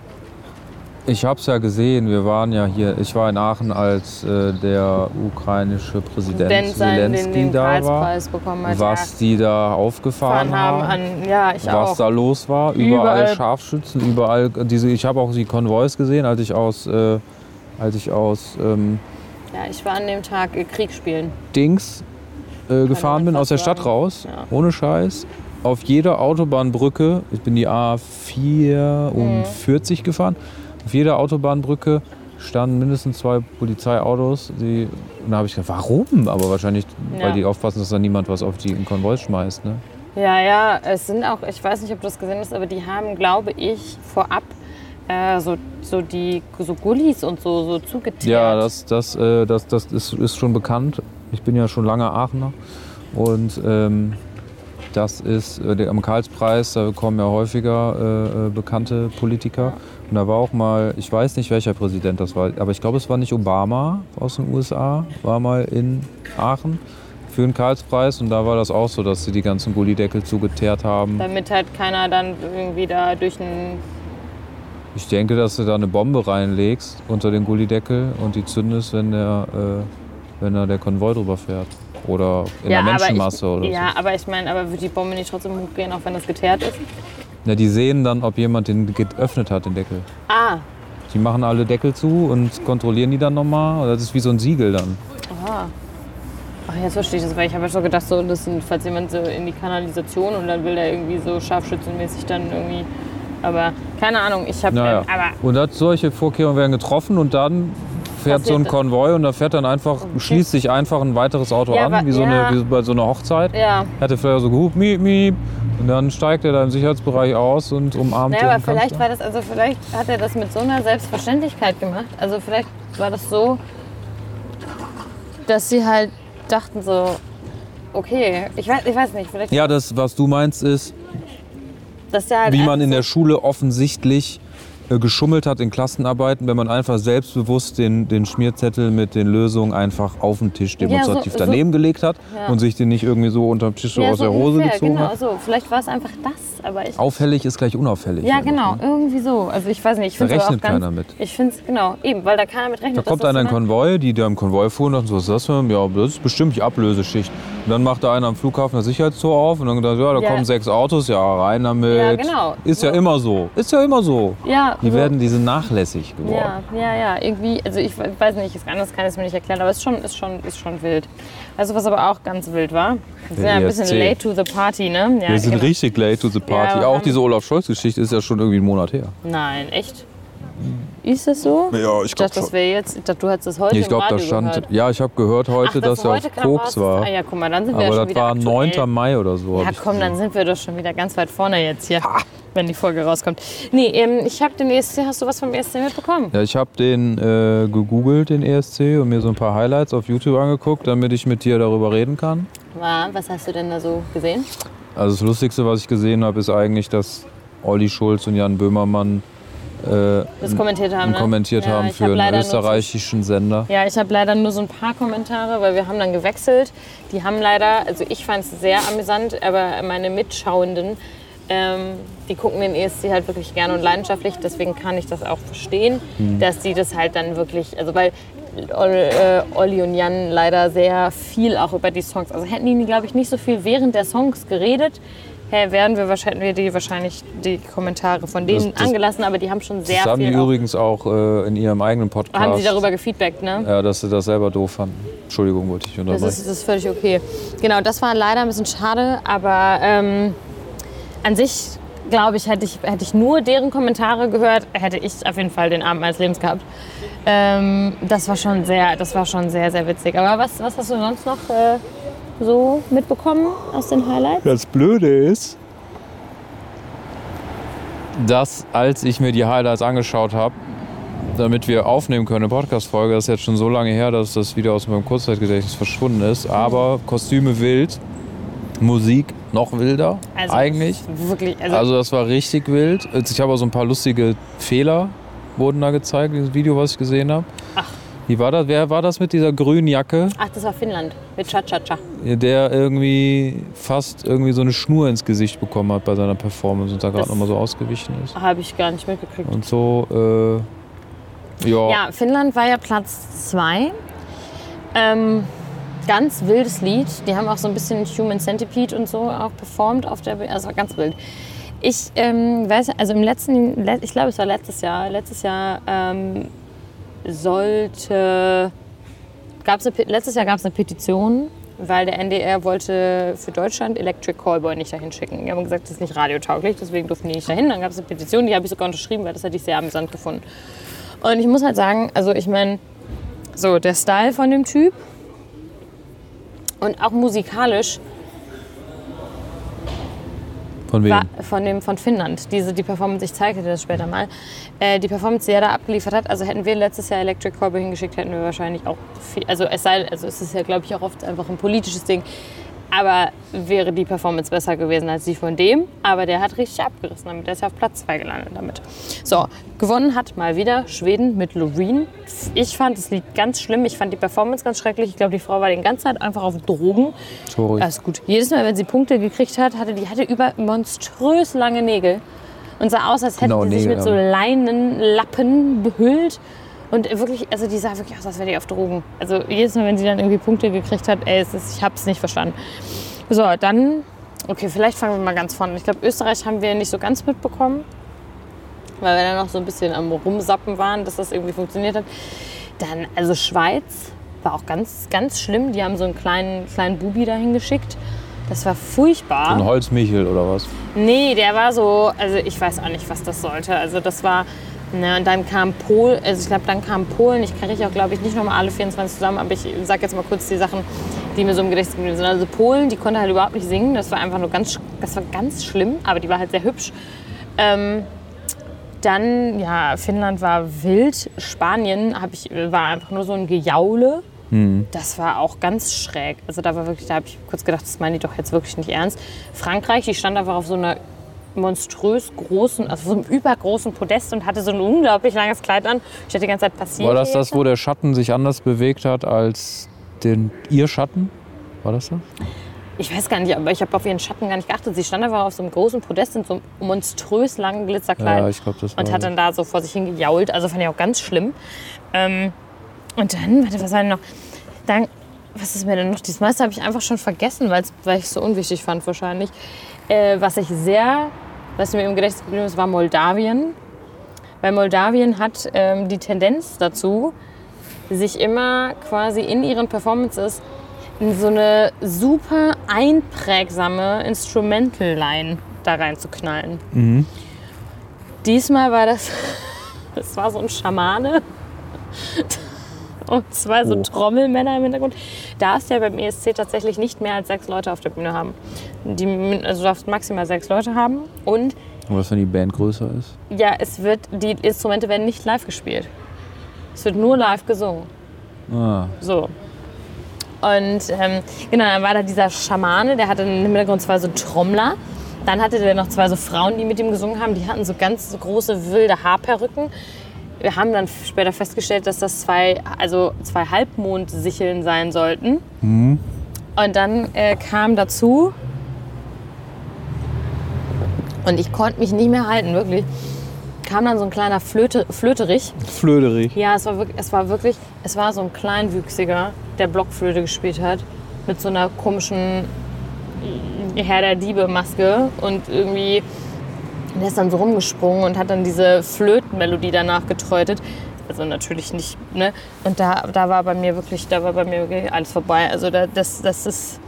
B: Ich habe es ja gesehen, wir waren ja hier, ich war in Aachen, als äh, der ukrainische
A: Denn
B: Präsident
A: sein, den,
B: Zelensky
A: den
B: da war,
A: Karlspreis bekommen hat.
B: was die da
A: ja,
B: aufgefahren
A: fahren haben
B: haben,
A: an, ja, ich
B: was
A: auch.
B: da los war, überall,
A: Überall.
B: Scharfschützen, überall diese, ich habe auch die Konvois gesehen, als ich aus äh, als ich aus ähm,
A: Ja, ich war an dem Tag äh, Krieg spielen.
B: Dings äh, gefahren
A: man
B: bin, aus der
A: fast
B: Stadt
A: sagen.
B: raus,
A: Ja.
B: ohne Scheiß, auf jeder Autobahnbrücke, ich bin die A4 um 40 gefahren, auf jeder Autobahnbrücke standen mindestens zwei Polizeiautos. Die, und da habe ich gedacht, warum? Aber wahrscheinlich,
A: Ja.
B: weil die aufpassen, dass da niemand was auf die im Konvoi schmeißt. Ne?
A: Ja, ja, es sind auch, ich weiß nicht, ob du das gesehen hast, aber die haben, glaube ich, vorab äh, so, so die so Gullis und so, so zugeteert.
B: Ja, das, das, äh, das, das ist, ist schon bekannt. Ich bin ja schon lange Aachener. Und ähm, das ist äh, der, am Karlspreis, da kommen ja häufiger äh, äh, bekannte Politiker. Und da war auch mal, ich weiß nicht, welcher Präsident das war, aber ich glaube, es war nicht Obama aus den USA, war mal in Aachen für den Karlspreis. Und da war das auch so, dass sie die ganzen Gullideckel zugeteert haben.
A: Damit halt keiner dann irgendwie da durch den.
B: Ich denke, dass du da eine Bombe reinlegst unter den Gullideckel und die zündest, wenn der, äh, wenn da der Konvoi drüber fährt. Oder in der Menschenmasse
A: aber ich,
B: oder
A: Ja, aber ich meine, aber wird die Bombe nicht trotzdem hochgehen, auch wenn das geteert ist?
B: so. Ja, die sehen dann, ob jemand den geöffnet hat, den Deckel.
A: Ah,
B: Die machen alle Deckel zu und kontrollieren die dann nochmal. Das ist wie so ein Siegel dann.
A: Ach, jetzt verstehe ich das, weil ich habe ja schon gedacht, so, das sind, falls jemand so in die Kanalisation und dann will der irgendwie so scharfschützenmäßig dann irgendwie. Aber keine Ahnung, ich habe.
B: Naja.
A: Ähm, aber
B: Und das, solche Vorkehrungen werden getroffen und dann fährt so ein
A: Passiert das.
B: Konvoi und da fährt dann einfach, schließt sich einfach ein weiteres Auto
A: Ja,
B: an,
A: aber-
B: wie, so
A: ja.
B: eine, wie bei so einer Hochzeit.
A: ja,
B: Hatte vielleicht so gehupt, miep, miep. Und dann steigt er da im Sicherheitsbereich aus und umarmt
A: naja, aber
B: den Kanzler.
A: vielleicht war das, also vielleicht hat er das mit so einer Selbstverständlichkeit gemacht. Also vielleicht war das so, dass sie halt dachten so, okay, ich weiß, ich weiß nicht, vielleicht,
B: Ja, das, was du meinst, ist,
A: dass der halt.
B: wie man in der Schule offensichtlich äh, geschummelt hat in Klassenarbeiten, wenn man einfach selbstbewusst den, den Schmierzettel mit den Lösungen einfach auf den Tisch demonstrativ
A: so- so-
B: daneben gelegt hat und sich den nicht irgendwie so unter dem Tisch so
A: ja,
B: aus
A: so
B: der Hose
A: ungefähr,
B: gezogen
A: Genau,
B: hat.
A: so. Vielleicht war es einfach das, aber ich.
B: Auffällig ist gleich unauffällig.
A: Ja,
B: eigentlich,
A: genau,
B: ne?
A: irgendwie so. Also ich weiß nicht, ich
B: Da
A: finde es auch
B: rechnet
A: ganz,
B: keiner mit.
A: Ich finde es, genau, eben, weil da keiner mit rechnet.
B: Da
A: dass
B: kommt
A: das
B: einer in
A: so eine-
B: Konvoi, die da im Konvoi fuhren und so, was ist das für ein? Ja, das ist bestimmt die Ablöseschicht. Und dann macht da einer am Flughafen das Sicherheitstor auf und dann gedacht, ja, da
A: Ja.
B: kommen sechs Autos, ja, rein damit.
A: Ja, genau.
B: Ist ja
A: So.
B: immer so. Ist ja immer so.
A: Ja,
B: Die
A: so.
B: werden diese nachlässig geworden.
A: Ja, ja, ja, irgendwie, also ich we- weiß nicht, ist- anders kann ich es mir nicht erklären, aber es ist schon, ist, schon, ist schon wild. Weißt du, was aber auch ganz wild war? Wir sind ja
B: Der
A: ein bisschen
B: ISC.
A: late to the party, ne? Ja,
B: Wir sind
A: genau.
B: richtig late to the party.
A: Ja,
B: auch
A: ähm,
B: diese Olaf Scholz-Geschichte ist ja schon irgendwie einen Monat her.
A: Nein, echt? Ist das so?
B: Ja, ich
A: Ich dachte, das wäre jetzt, ich dachte, du hättest das heute
B: Ich
A: im
B: glaube, da
A: Radio
B: stand,
A: gehört.
B: ja, ich habe gehört heute,
A: Ach,
B: dass er
A: heute
B: auf
A: kam raus,
B: Koks
A: dass-
B: war.
A: Ah ja, guck mal, dann sind wir ja
B: aber
A: schon
B: das
A: wieder
B: war
A: aktuell.
B: 9. Mai oder so. hab
A: Ja,
B: ich
A: komm, dann
B: gesehen.
A: sind wir doch schon wieder ganz weit vorne jetzt hier, wenn die Folge rauskommt. Nee, ähm, ich habe den ESC, hast du was vom ESC mitbekommen?
B: Ja, ich habe den äh, gegoogelt, den ESC, und mir so ein paar Highlights auf YouTube angeguckt, damit ich mit dir darüber reden kann.
A: War, was hast du denn da so gesehen?
B: Also das Lustigste, was ich gesehen habe, ist eigentlich, dass Olli Schulz und Jan Böhmermann äh,
A: Das kommentiert haben,
B: und
A: ne?
B: kommentiert
A: ja,
B: haben
A: ich
B: für
A: hab
B: einen
A: leider nur
B: österreichischen Sender.
A: so- Ja, ich habe leider nur so ein paar Kommentare, weil wir haben dann gewechselt. Die haben leider, also ich fand es sehr amüsant, aber meine Mitschauenden, ähm, die gucken den ESC halt wirklich gerne und leidenschaftlich, deswegen kann ich das auch verstehen,
B: Mhm.
A: dass die das halt dann wirklich, also weil Ol- äh, Olli und Jan leider sehr viel auch über die Songs, also hätten die, glaube ich, nicht so viel während der Songs geredet, hä, wären wir wahrscheinlich, hätten wir die wahrscheinlich die Kommentare von denen
B: das-
A: angelassen, aber die haben schon sehr
B: Das haben
A: viel
B: die
A: auch-
B: übrigens auch äh, in ihrem eigenen Podcast.
A: haben sie darüber gefeedbackt, ne?
B: Ja, dass sie das selber doof fanden. Entschuldigung, wollte ich
A: Das
B: unterbrechen.
A: ist, das ist völlig okay. Genau, das war leider ein bisschen schade, aber ähm, an sich, glaube ich hätte, ich, hätte ich nur deren Kommentare gehört, hätte ich auf jeden Fall den Abend meines Lebens gehabt. Ähm, das war schon sehr, das war schon sehr, sehr witzig. Aber was, was hast du sonst noch äh, so mitbekommen aus den Highlights?
B: das Blöde ist, dass als ich mir die Highlights angeschaut habe, damit wir aufnehmen können, eine Podcast-Folge, das ist jetzt schon so lange her, dass das wieder aus meinem Kurzzeitgedächtnis verschwunden ist. Aber Kostüme wild, Musik noch wilder
A: Also,
B: eigentlich.
A: Wirklich, also,
B: Also das war richtig wild. Also Ich habe auch so ein paar lustige Fehler wurden da gezeigt, dieses Video, was ich gesehen habe. Wie war das? Wer war das mit dieser grünen Jacke?
A: ach, das war Finnland mit Cha-Cha-Cha.
B: der irgendwie fast irgendwie so eine Schnur ins Gesicht bekommen hat bei seiner Performance und da gerade
A: Das-
B: nochmal so ausgewichen ist.
A: Habe ich gar nicht mitgekriegt.
B: Und so, äh, ja,
A: Ja, Finnland war ja Platz zwei. Ähm, ganz wildes Lied. Die haben auch so ein bisschen Human Centipede und so auch performt auf der Bühne. Also ganz wild. Ich ähm, weiß, also im letzten, le- ich glaube, es war letztes Jahr. Letztes Jahr ähm, sollte. Gab's eine, Pe- letztes Jahr gab es eine Petition, weil der NDR wollte für Deutschland Electric Callboy nicht dahin schicken. Die haben gesagt, das ist nicht radiotauglich, deswegen durften die nicht dahin. Dann gab es eine Petition, die habe ich sogar unterschrieben, weil das hätte ich sehr amüsant gefunden. Und ich muss halt sagen, also ich meine, so der Style von dem Typ und auch musikalisch
B: Von wem?
A: war von, dem, von Finnland. Diese, die Performance, ich zeige dir das später mal. Äh, die Performance, die er da abgeliefert hat, also hätten wir letztes Jahr Electric Callboy hingeschickt, hätten wir wahrscheinlich auch viel. Also es sei, also es ist ja, glaube ich, auch oft einfach ein politisches Ding. Aber wäre die Performance besser gewesen als die von dem. Aber der hat richtig abgerissen damit. Der ist ja auf Platz 2 gelandet damit. So, gewonnen hat mal wieder Schweden mit Loreen. Ich fand das Lied ganz schlimm. Ich fand die Performance ganz schrecklich. Ich glaube, die Frau war den ganzen Zeit einfach auf Drogen.
B: Sorry.
A: Alles gut. Jedes Mal, wenn sie Punkte gekriegt hat, hatte die hatte über monströs lange Nägel und sah aus, als hätte
B: Genau,
A: die sich
B: Nägel,
A: mit so
B: ja.
A: Leinenlappen behüllt. Und wirklich, also die sah wirklich aus, als wäre die auf Drogen. Also jedes Mal, wenn sie dann irgendwie Punkte gekriegt hat, ey, es ist, ich hab's nicht verstanden. So, dann, okay, vielleicht fangen wir mal ganz vorne an. Ich glaube, Österreich haben wir nicht so ganz mitbekommen, weil wir dann noch so ein bisschen am Rumsappen waren, dass das irgendwie funktioniert hat. Dann, also Schweiz war auch ganz, ganz schlimm. Die haben so einen kleinen, kleinen Bubi dahin geschickt. Das war furchtbar.
B: Ein Holzmichel oder was?
A: Nee, der war so, also ich weiß auch nicht, was das sollte. Also das war, ne, und dann kam Polen, also ich glaube, dann kam Polen. Ich kriege auch, glaube ich, nicht nochmal alle 24 zusammen, aber ich sag jetzt mal kurz die Sachen, die mir so im Gedächtnis geblieben sind. Also Polen, die konnte halt überhaupt nicht singen. Das war einfach nur ganz, sch- das war ganz schlimm, aber die war halt sehr hübsch. Ähm, dann, ja, Finnland war wild. Spanien hab ich, war einfach nur so ein Gejaule.
B: Hm.
A: Das war auch ganz schräg. Also da war wirklich, da habe ich kurz gedacht, das meinen die doch jetzt wirklich nicht ernst. Frankreich, die stand einfach auf so einer monströs großen, also so einem übergroßen Podest und hatte so ein unglaublich langes Kleid an. Ich hatte die ganze Zeit passiert.
B: War das das, wo der Schatten sich anders bewegt hat als den, ihr Schatten? War das das?
A: Ich weiß gar nicht, aber ich habe auf ihren Schatten gar nicht geachtet. Sie stand einfach auf so einem großen Podest in so einem monströs langen Glitzerkleid.
B: Ja, ich glaube, das war
A: und hat dann da so vor sich hin gejault. Also fand ich auch ganz schlimm. Ähm, und dann, warte, was war denn noch? Dann, was ist mir denn noch? Dieses meiste habe ich einfach schon vergessen, weil's- weil ich es so unwichtig fand wahrscheinlich. Äh, was ich sehr, was mir im Gedächtnis geblieben ist, war Moldawien. Weil Moldawien hat ähm, die Tendenz dazu, sich immer quasi in ihren Performances in so eine super einprägsame Instrumental-Line da reinzuknallen. Diesmal war das, das war so ein Schamane und zwei so
B: Oh.
A: Trommelmänner im Hintergrund. Da es ja beim ESC tatsächlich nicht mehr als sechs Leute auf der Bühne haben. Die, min- also du darfst maximal sechs Leute haben und
B: Und was, wenn die Band größer ist?
A: ja, es wird, die Instrumente werden nicht live gespielt. Es wird nur live gesungen.
B: Ah,
A: So. Und ähm, genau, dann war da dieser Schamane, der hatte im Hintergrund zwei so Trommler. Dann hatte der noch zwei so Frauen, die mit ihm gesungen haben. Die hatten so ganz so große, wilde Haarperücken. Wir haben dann später festgestellt, dass das zwei, also zwei Halbmondsicheln sein sollten. Und dann äh, kam dazu, und ich konnte mich nicht mehr halten, wirklich, kam dann so ein kleiner Flöte, Flöterich.
B: flöderig.
A: Ja, es war wirklich, es war wirklich, es war so ein Kleinwüchsiger, der Blockflöte gespielt hat, mit so einer komischen Herr der Diebe-Maske und irgendwie, der ist dann so rumgesprungen und hat dann diese Flötenmelodie danach getrötet. Also natürlich nicht, ne? Und da, da war bei mir wirklich, da war bei mir wirklich alles vorbei. Also da, das, das ist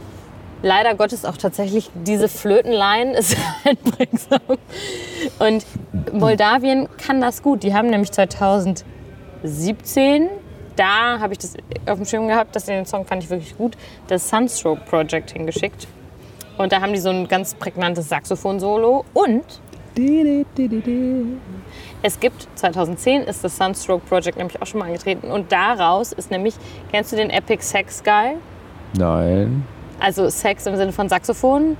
A: leider Gottes auch tatsächlich diese Flötenlein ist einprägsam. Und Moldawien kann das gut. Die haben nämlich 2000 17. Da habe ich das auf dem Schirm gehabt, dass den Song fand ich wirklich gut, das Sunstroke Project hingeschickt. Und da haben die so ein ganz prägnantes Saxophon-Solo. Und es gibt, 2010 ist das Sunstroke Project nämlich auch schon mal angetreten. Und daraus ist nämlich, kennst du den Epic Sex Guy?
B: Nein.
A: Also Sex im Sinne von Saxophon.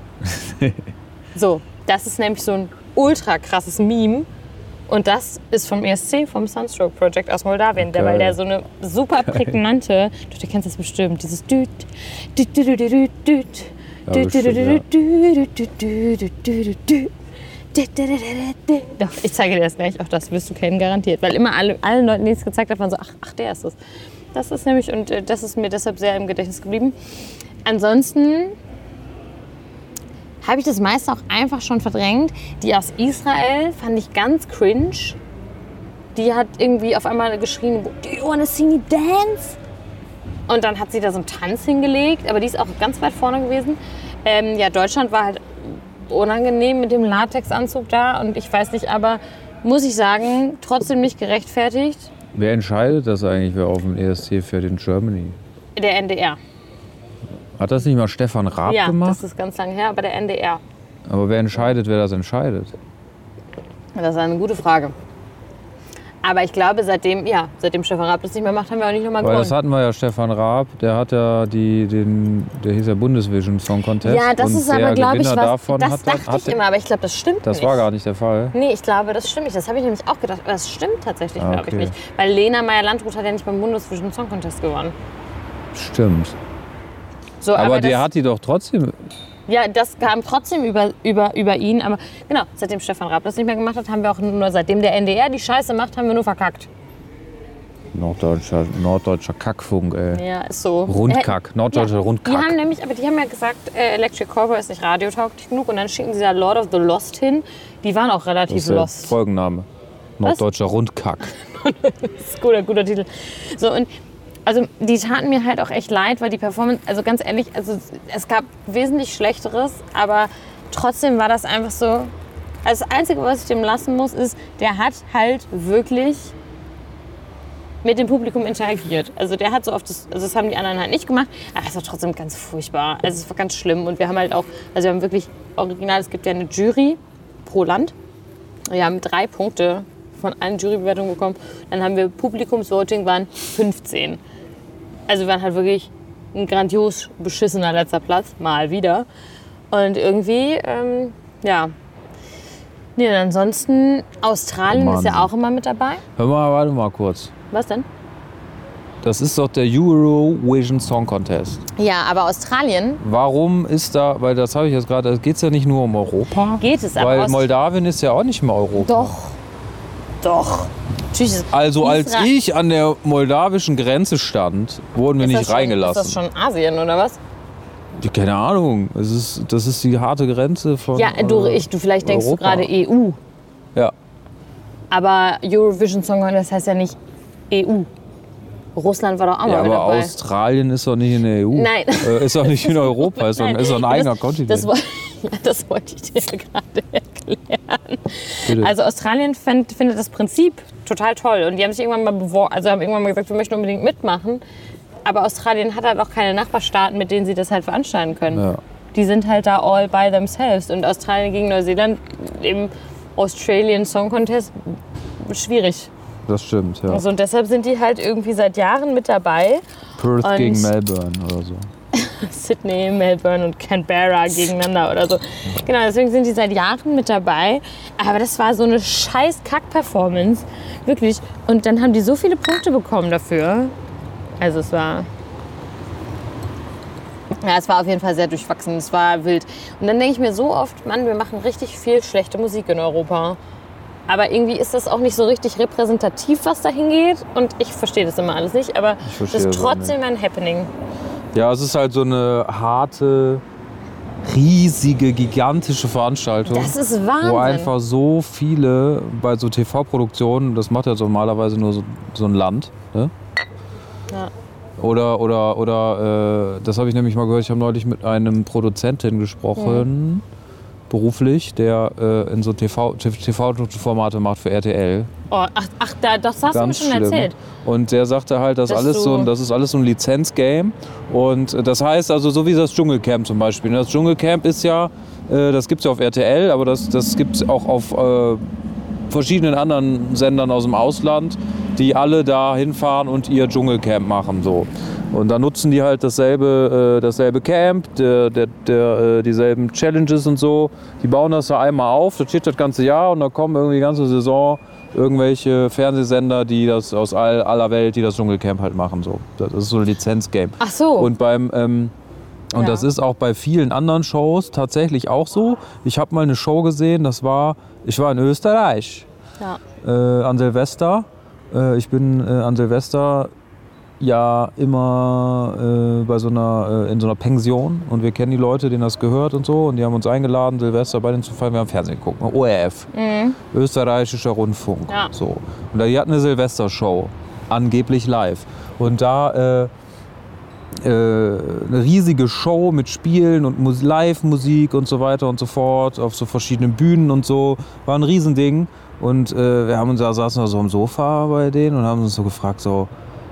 A: so, das ist nämlich so ein ultra krasses Meme. Und das ist vom ESC, vom Sunstroke Project aus Moldawien, der,
B: Geil.
A: weil der so eine super prägnante, du, du kennst das bestimmt, dieses Düt, Düt, Düt, Düt, Düt, Düt, Düt, Düt,
B: bestimmt,
A: Düt, Düt, Düt, Düt, Düt, Düt, Düt. Düt, Düt, Düt, Düt, Düt. Doch, ich zeige dir das gleich, auch das wirst du kennen, garantiert. Weil immer alle, allen Leuten, die es gezeigt haben, waren so, ach, ach, der ist es. Das ist nämlich, und äh, das ist mir deshalb sehr im Gedächtnis geblieben. Ansonsten habe ich das meiste auch einfach schon verdrängt. Die aus Israel fand ich ganz cringe. die hat irgendwie auf einmal geschrien, do you wanna see me dance? Und dann hat sie da so einen Tanz hingelegt, aber die ist auch ganz weit vorne gewesen. Ähm, ja, Deutschland war halt unangenehm mit dem Latexanzug da und ich weiß nicht, aber muss ich sagen, trotzdem nicht gerechtfertigt,
B: Wer entscheidet das eigentlich, wer auf dem ESC fährt in Germany?
A: der NDR.
B: Hat das nicht mal Stefan Raab
A: ja,
B: gemacht?
A: das ist ganz lange her, aber der NDR.
B: Aber wer entscheidet, wer das entscheidet?
A: Das ist eine gute Frage. Aber ich glaube, seitdem, ja, seitdem Stefan Raab das nicht mehr macht, haben wir auch nicht nochmal
B: Weil das
A: gewonnen.
B: hatten wir ja Stefan Raab, der hat ja die, den, der hieß ja Bundesvision Song Contest.
A: Ja, das
B: und
A: ist
B: der
A: aber, glaube ich,
B: Gewinner
A: was.
B: davon
A: das
B: hat,
A: dachte
B: hat,
A: ich immer, aber ich glaube, das stimmt
B: Das
A: nicht.
B: war gar nicht der Fall.
A: Nee, ich glaube, das stimmt nicht. Das habe ich nämlich auch gedacht. Aber das stimmt tatsächlich,
B: Ah,
A: glaube ich,
B: okay.
A: nicht. Weil Lena Meyer-Landrut hat ja nicht beim Bundesvision Song Contest gewonnen.
B: Stimmt.
A: So,
B: Aber, der
A: das,
B: hat die doch trotzdem.
A: Ja, das kam trotzdem über, über, über ihn. Aber genau, seitdem Stefan Raab das nicht mehr gemacht hat, haben wir auch nur, seitdem der NDR die Scheiße macht, haben wir nur verkackt.
B: Norddeutscher, norddeutscher Kackfunk, ey.
A: Ja, ist so.
B: Rundkack, norddeutscher
A: Äh, Die haben
B: Rundkack.
A: nämlich, aber die haben ja gesagt, äh, Electric Cowboy ist nicht radiotauglich genug und dann schicken sie da Lord of the Lost hin. Die waren auch
B: Das
A: relativ
B: ist der
A: lost.
B: Folgenname. Norddeutscher Rundkack.
A: Guter, guter Titel. So und also die taten mir halt auch echt leid, weil die Performance, also ganz ehrlich, also es gab wesentlich schlechteres, aber trotzdem war das einfach so. Also das Einzige, was ich dem lassen muss, ist, der hat halt wirklich mit dem Publikum interagiert. Also der hat so oft das, also das haben die anderen halt nicht gemacht, aber es war trotzdem ganz furchtbar. Also es war ganz schlimm und wir haben halt auch, also wir haben wirklich original, es gibt ja eine Jury pro Land. Wir haben drei Punkte von allen Jurybewertungen bekommen. Dann haben wir Publikumsvoting waren 15. Also wir waren halt wirklich ein grandios beschissener letzter Platz, mal wieder. Und irgendwie, ähm, ja. Nee, und ansonsten, Australien ist
B: Wahnsinn.
A: ja auch immer mit dabei.
B: Hör mal, warte mal kurz.
A: Was denn?
B: Das ist doch der Eurovision Song Contest.
A: Ja, aber Australien
B: Warum ist da, weil das habe ich jetzt gerade, es geht ja nicht nur um Europa.
A: Geht es, aber
B: Weil
A: Ost-
B: Moldawien ist ja auch nicht mehr Europa.
A: doch. Doch. Natürlich ist
B: Also als
A: Isra-
B: ich an der moldawischen Grenze stand, wurden wir
A: Ist das
B: nicht
A: schon-
B: reingelassen.
A: Ist das schon Asien oder was?
B: Die- Keine Ahnung. Es ist, das ist die harte Grenze von.
A: Ja, du,
B: äh,
A: ich, du vielleicht denkst
B: Europa.
A: du gerade EU.
B: Ja.
A: Aber Eurovision Song Contest heißt ja nicht EU. Russland war doch auch
B: ja,
A: mal mit
B: aber
A: dabei.
B: Australien ist doch nicht in der EU.
A: Nein.
B: Äh, ist doch nicht in Europa, ist doch ein,
A: Nein,
B: ist doch ein eigener Kontinent.
A: Das, wo- ja, das wollte ich dir gerade erklären.
B: Bitte.
A: Also Australien fänd, findet das Prinzip total toll und die haben sich irgendwann mal beworben, also haben irgendwann mal gesagt, wir möchten unbedingt mitmachen. Aber Australien hat halt auch keine Nachbarstaaten, mit denen sie das halt veranstalten können.
B: Ja.
A: Die sind halt da all by themselves und Australien gegen Neuseeland im Australian Song Contest schwierig.
B: das stimmt, ja.
A: Also und deshalb sind die halt irgendwie seit Jahren mit dabei.
B: Perth
A: und-
B: gegen Melbourne oder so.
A: Sydney, Melbourne und Canberra gegeneinander oder so. Genau, deswegen sind die seit Jahren mit dabei. Aber das war so eine scheiß Kack-Performance. Wirklich. Und dann haben die so viele Punkte bekommen dafür. Also es war. Ja, es war auf jeden Fall sehr durchwachsen. Es war wild. Und dann denke ich mir so oft, Mann, wir machen richtig viel schlechte Musik in Europa. Aber irgendwie ist das auch nicht so richtig repräsentativ, was da hingeht. Und ich verstehe das immer alles nicht. Aber das
B: verstehe
A: ist
B: das auch nicht.
A: trotzdem ein Happening.
B: Ja, es ist halt so eine harte, riesige, gigantische Veranstaltung.
A: Das ist
B: Wo
A: Wahnsinn.
B: einfach so viele bei so TV-Produktionen, das macht ja so normalerweise nur so, so ein Land, ne?
A: Ja.
B: Oder, oder, oder, äh, das habe ich nämlich mal gehört, ich habe neulich mit einem Produzentin gesprochen, beruflich, der äh, in so TV-Formate macht für RTL.
A: Oh, ach, ach da, das hast du mir
B: Ganz
A: schon
B: schlimm.
A: erzählt.
B: Und der sagte halt, das,
A: Dass
B: alles
A: du-
B: so, ein- das ist alles so ein Lizenzgame. Und äh, das heißt also, so wie das Dschungelcamp zum Beispiel. ne? Das Dschungelcamp ist ja, äh, das gibt es ja auf RTL, aber das, das gibt es auch auf äh, verschiedenen anderen Sendern aus dem Ausland, die alle da hinfahren und ihr Dschungelcamp machen. So. Und da nutzen die halt dasselbe, äh, dasselbe Camp, der, der, der, äh, dieselben Challenges und so. Die bauen das da einmal auf, das steht das ganze Jahr und da kommen irgendwie die ganze Saison irgendwelche Fernsehsender, die das aus all, aller Welt, die das Dschungelcamp halt machen. So. Das ist so ein Lizenzgame.
A: Ach so.
B: Und beim ähm, und
A: Ja.
B: das ist auch bei vielen anderen Shows tatsächlich auch so. Ich habe mal eine Show gesehen, das war, ich war in Österreich
A: ja.
B: äh, an Silvester. Äh, ich bin äh, an Silvester ja immer äh, bei so einer, äh, in so einer Pension und wir kennen die Leute, denen das gehört und so und die haben uns eingeladen, Silvester bei denen zu feiern. Wir haben Fernsehen geguckt, ne? ORF, österreichischer Rundfunk.
A: Ja.
B: So. Und da, die hatten eine Silvestershow, angeblich live. Und da äh, äh, eine riesige Show mit Spielen und Mus- Live-Musik und so weiter und so fort auf so verschiedenen Bühnen und so. War ein Riesending. Und äh, wir haben uns da saßen da so am Sofa bei denen und haben uns so gefragt, so,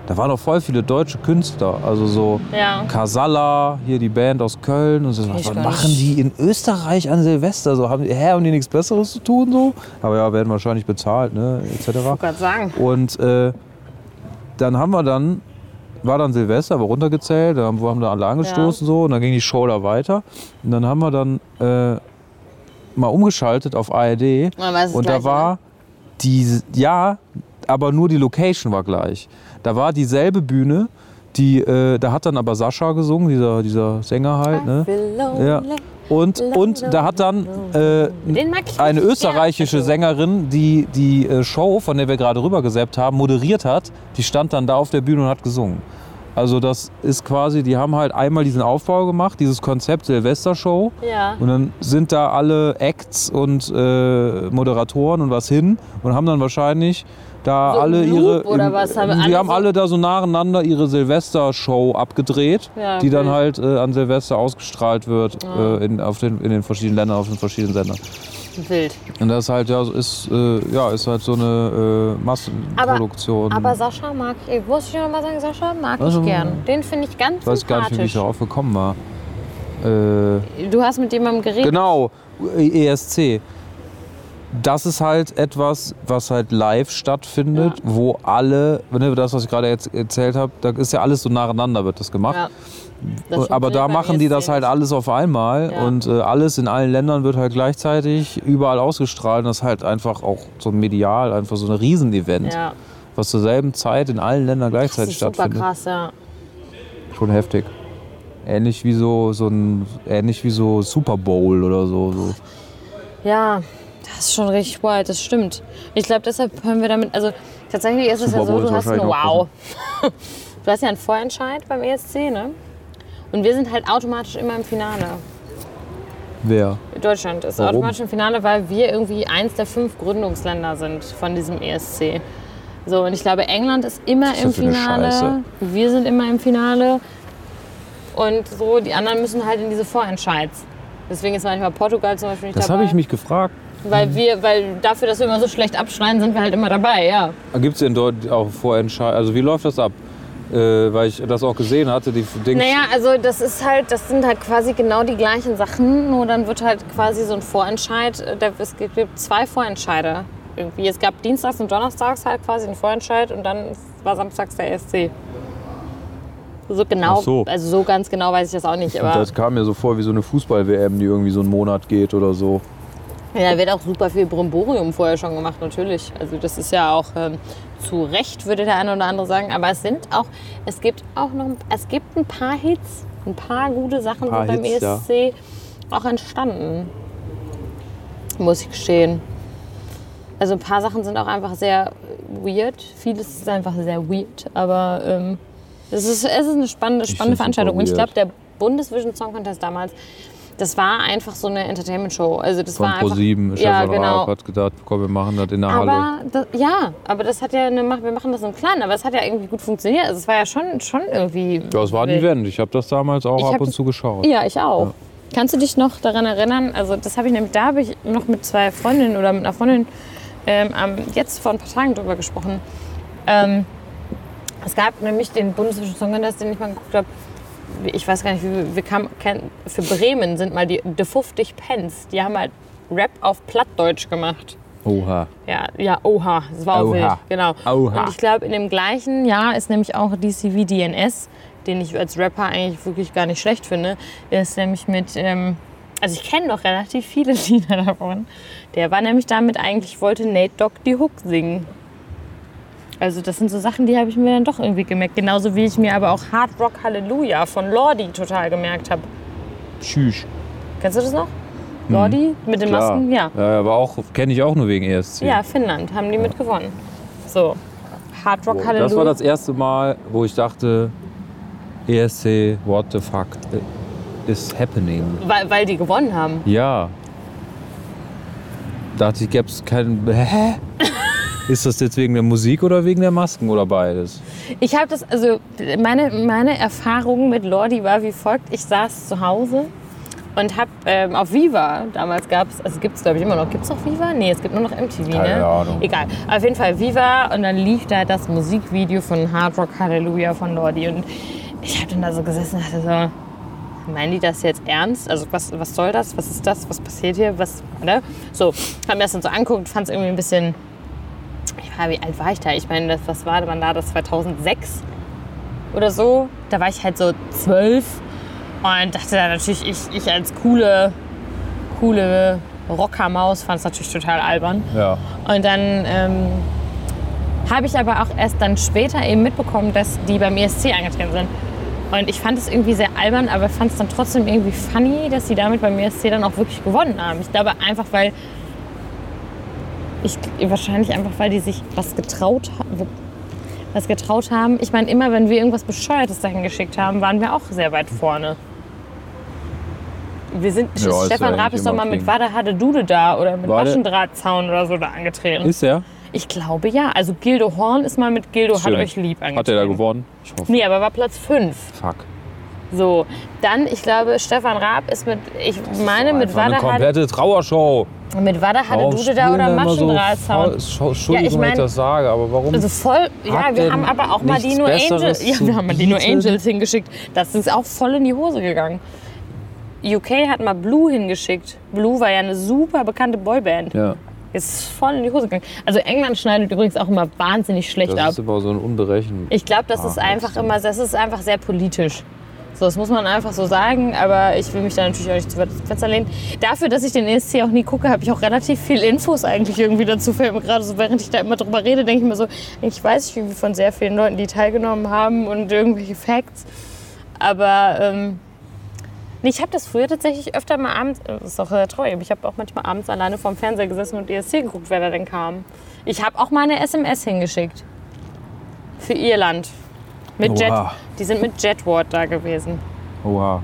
B: da waren doch voll viele deutsche Künstler. Also so
A: Ja.
B: Casalla, hier die Band aus Köln und so.
A: ich
B: Was
A: gar
B: machen
A: nicht.
B: die in Österreich an Silvester? So, haben, die- hä, haben die nichts Besseres zu tun? So? Aber ja, werden wahrscheinlich bezahlt, ne? Etc.
A: wollte gerade sagen.
B: Und äh, dann haben wir dann, war dann Silvester, war runtergezählt, dann haben wir haben da alle angestoßen so und dann ging die Show da weiter. Und dann haben wir dann äh, mal umgeschaltet auf ARD
A: Man weiß es
B: und da
A: gleich,
B: war die, ja, aber nur die Location war gleich. Da war dieselbe Bühne, die, äh, da hat dann aber Sascha gesungen, dieser, dieser Sänger halt. Ne? Ja. Und, und da hat dann äh,
A: Den mag ich
B: eine
A: richtig
B: österreichische
A: gern.
B: Sängerin, die die äh, Show, von der wir gerade rübergesäppt haben, moderiert hat, die stand dann da auf der Bühne und hat gesungen. Also das ist quasi, die haben halt einmal diesen Aufbau gemacht, dieses Konzept Silvestershow.
A: Ja.
B: Und dann sind da alle Acts und äh, Moderatoren und was hin und haben dann wahrscheinlich da
A: So
B: alle
A: im
B: ihre.
A: Loop oder was? Haben
B: die
A: alle
B: haben
A: so-
B: alle da so nacheinander ihre Silvestershow abgedreht,
A: Ja,
B: die dann
A: okay. Ah.
B: halt äh, an Silvester ausgestrahlt wird äh, in, auf den, in den verschiedenen Ländern, auf den verschiedenen Sendern.
A: Wild.
B: Und das ist halt ja so- ist äh, ja ist halt so eine äh, Massenproduktion.
A: Aber Sascha mag ich. Muss ich noch mal sagen, Sascha mag
B: Mhm. Also,
A: ich gern. Den finde ich ganz
B: ich weiß gar nicht, wie
A: sympathisch.
B: ich darauf gekommen war. Äh,
A: du hast mit jemandem geredet.
B: genau, ESC. Das ist halt etwas, was halt live stattfindet, wo alle, ne, das, was ich gerade jetzt erzählt habe, da ist ja alles so nacheinander wird das gemacht.
A: Ja. Das stimmt
B: Aber
A: nicht,
B: Genau. da
A: bei
B: machen
A: mir
B: die
A: ist
B: das halt
A: nicht.
B: alles auf einmal
A: Ja.
B: und äh, alles in allen Ländern wird halt gleichzeitig überall ausgestrahlt. Und das ist halt einfach auch so medial, einfach so ein Riesenevent.
A: Ja.
B: was zur selben Zeit in allen Ländern
A: Das
B: gleichzeitig
A: ist super
B: halt stattfindet.
A: krass, ja.
B: Schon heftig. Ähnlich wie so, so ein ähnlich wie so Super Bowl oder so. so.
A: Ja, das ist schon richtig wild, das stimmt. Ich glaube, deshalb hören wir damit. Also, tatsächlich ist es
B: Super
A: ja so,
B: Bowl ist
A: du hast einen
B: wahrscheinlich noch
A: Wow. du hast ja einen Vorentscheid beim ESC, ne? Und wir sind halt automatisch immer im Finale.
B: Wer?
A: Deutschland ist
B: Warum?
A: automatisch im Finale, weil wir irgendwie eins der fünf Gründungsländer sind von diesem ESC. So, und ich glaube, England ist immer
B: ist
A: im
B: das für eine Scheiße?
A: Finale. Wir sind immer im Finale. Und so, die anderen müssen halt in diese Vorentscheids. Deswegen ist manchmal Portugal zum Beispiel nicht
B: Das
A: dabei.
B: habe ich mich gefragt.
A: Weil wir, weil dafür, dass wir immer so schlecht abschneiden, sind wir halt immer dabei, ja.
B: Gibt es Ah, in Deutschland auch Vorentscheid? Also wie läuft das ab? Äh, weil ich das auch gesehen hatte, die Dings.
A: Naja, also das ist halt, das sind halt quasi genau die gleichen Sachen, nur dann wird halt quasi so ein Vorentscheid, äh, da- es gibt- gibt zwei Vorentscheide irgendwie. Es gab dienstags und donnerstags halt quasi einen Vorentscheid und dann war samstags der ESC. So genau,
B: Ach so.
A: also so ganz genau weiß ich das auch nicht, aber
B: Das kam mir so vor wie so eine Fußball-WM, die irgendwie so einen Monat geht oder so.
A: ja, da wird auch super viel Brimborium vorher schon gemacht, natürlich. Also das ist ja auch ähm, zu Recht, würde der eine oder andere sagen, aber es sind auch, es gibt auch noch, es gibt ein paar Hits, ein paar gute Sachen
B: Paar
A: sind beim
B: Hits, ja.
A: ESC auch entstanden, muss ich gestehen. Also ein paar Sachen sind auch einfach sehr weird, vieles ist einfach sehr weird, aber ähm, es, ist, es ist eine spannende, spannende
B: find's super
A: Veranstaltung. Und ich glaube,
B: weird.
A: der Bundesvision Song Contest damals, das war einfach so eine Entertainment-Show. Also das
B: Von
A: war einfach,
B: Pro7, Stefan
A: ja,
B: Raab
A: genau.
B: hat gedacht, komm, wir machen das in der Halle.
A: Aber das, ja, aber das hat ja eine Macht, wir machen das im Kleinen, aber es hat ja irgendwie gut funktioniert. Also es war ja schon, schon irgendwie.
B: Ja, es war ein
A: wild.
B: Event. Ich habe das damals auch
A: Ich
B: ab
A: hab-
B: und zu geschaut.
A: Ja, ich auch. Kannst du dich noch daran erinnern? Also das habe ich nämlich, da habe ich noch mit zwei Freundinnen oder mit einer Freundin ähm, am- jetzt vor ein paar Tagen drüber gesprochen. Ähm, es gab nämlich den Bundesvision Song Contest, den ich mal geguckt habe. Ich weiß gar nicht, wie wir kamen. kein- Für Bremen sind mal die The 50 Pence. Die haben halt Rap auf Plattdeutsch gemacht.
B: Oha.
A: Ja, ja, oha, es war auch
B: Oha.
A: wild, genau.
B: Oha.
A: Und ich glaube, in dem gleichen Jahr ist nämlich auch DCV DNS, den ich als Rapper eigentlich wirklich gar nicht schlecht finde, ist nämlich mit, ähm, also ich kenne noch relativ viele Lieder davon. Der war nämlich damit eigentlich, wollte Nate Dogg die Hook singen. Also das sind so Sachen, die habe ich mir dann doch irgendwie gemerkt. Genauso wie ich mir aber auch Hard Rock Hallelujah von Lordi total gemerkt habe.
B: Tschüss.
A: Kennst du das noch? Lordi mit den
B: Hm. Klar.
A: Masken? Ja.
B: E ja. Aber auch kenne ich auch nur wegen ESC.
A: Ja, Finnland haben die mitgewonnen. So. Hard Rock Hallelujah.
B: Das war das erste Mal, wo ich dachte, ESC, what the fuck äh, is happening?
A: weil, weil die gewonnen haben.
B: Ja. Dachte ich, gäbe es keinen. Hä? Ist das jetzt wegen der Musik oder wegen der Masken oder beides?
A: Ich habe das, also meine, meine Erfahrung mit Lordi war wie folgt. Ich saß zu Hause und habe ähm, auf Viva, damals gab es, also gibt es glaube ich immer noch, gibt es noch Viva? Nee, es gibt nur noch MTV,
B: Keine
A: ne?
B: Ahnung.
A: Egal, auf jeden Fall Viva und dann lief da das Musikvideo von Hard Rock Hallelujah von Lordi und ich habe dann da so gesessen und dachte so, meinen die das jetzt ernst? Also was, was soll das? Was ist das? Was passiert hier? Was, ne? So, hab mir das dann so angeguckt, fand es irgendwie ein bisschen, ich war, wie alt war ich da? Ich meine, das, was war man da, das 2006 oder so? Da war ich halt so zwölf und dachte dann natürlich, ich, ich als coole, coole Rockermaus fand es natürlich total albern.
B: Ja.
A: Und dann ähm, habe ich aber auch erst dann später eben mitbekommen, dass die beim E ESC angetreten sind. Und ich fand es irgendwie sehr albern, aber fand es dann trotzdem irgendwie funny, dass sie damit beim ESC dann auch wirklich gewonnen haben. Ich glaube einfach, weil ich wahrscheinlich einfach, weil die sich was getraut haben. Was getraut haben. Ich meine, immer wenn wir irgendwas Bescheuertes dahin geschickt haben, waren wir auch sehr weit vorne. Wir sind
B: Ja, ist
A: Stefan
B: ja
A: Raab
B: eigentlich
A: ist doch
B: immer
A: mal mit
B: clean.
A: Wade Hade Dude da oder mit
B: Wade-
A: Waschendrahtzaun oder so da angetreten.
B: Ist er?
A: Ich glaube ja. Also Gildo Horn ist mal mit Gildo hat
B: Stimmt.
A: euch lieb angetreten.
B: Hat er da gewonnen? Ich hoffe.
A: Nee, aber war Platz 5.
B: Fuck.
A: So, dann, ich glaube, Stefan Raab ist mit, ich meine, mit
B: Einfach eine
A: Wada hat,
B: komplette Trauershow.
A: mit Wada hatte
B: Warum
A: Dude da
B: spielen
A: oder
B: immer so
A: Maschendrahtzaun.
B: faul- Scho- Entschuldigung,
A: Ja, ich
B: wenn ich
A: mein-
B: das sage, aber warum?
A: Also voll, ja,
B: Hat
A: wir
B: denn
A: haben aber auch mal
B: nichts
A: Dino
B: Besseres
A: Angels, ja,
B: zu
A: wir haben mal Dino
B: bieten?
A: Angels hingeschickt. Das ist auch voll in die Hose gegangen. UK hat mal Blue hingeschickt. Blue war ja eine super bekannte Boyband.
B: ja,
A: Ist voll in die Hose gegangen. Also England schneidet übrigens auch immer wahnsinnig schlecht
B: das
A: ab.
B: ist immer so ein Unberechen.
A: Ich glaube, das ist
B: Ah,
A: einfach
B: so.
A: immer, das ist einfach sehr politisch. So, das muss man einfach so sagen, aber ich will mich da natürlich auch nicht zu weit ins Fenster lehnen. Dafür, dass ich den ESC auch nie gucke, habe ich auch relativ viel Infos eigentlich irgendwie dazu. Fällt mir gerade so, während ich da immer drüber rede, denke ich mir so, ich weiß irgendwie von sehr vielen Leuten, die teilgenommen haben und irgendwelche Facts. Aber ähm, nee, ich habe das früher tatsächlich öfter mal abends, äh, das ist auch sehr treu, aber ich habe auch manchmal abends alleine vorm Fernseher gesessen und ESC geguckt, wer da denn kam. Ich habe auch mal eine SMS hingeschickt. Für Irland. Mit Jet,
B: Oha.
A: die sind mit Jetward da gewesen.
B: Oha.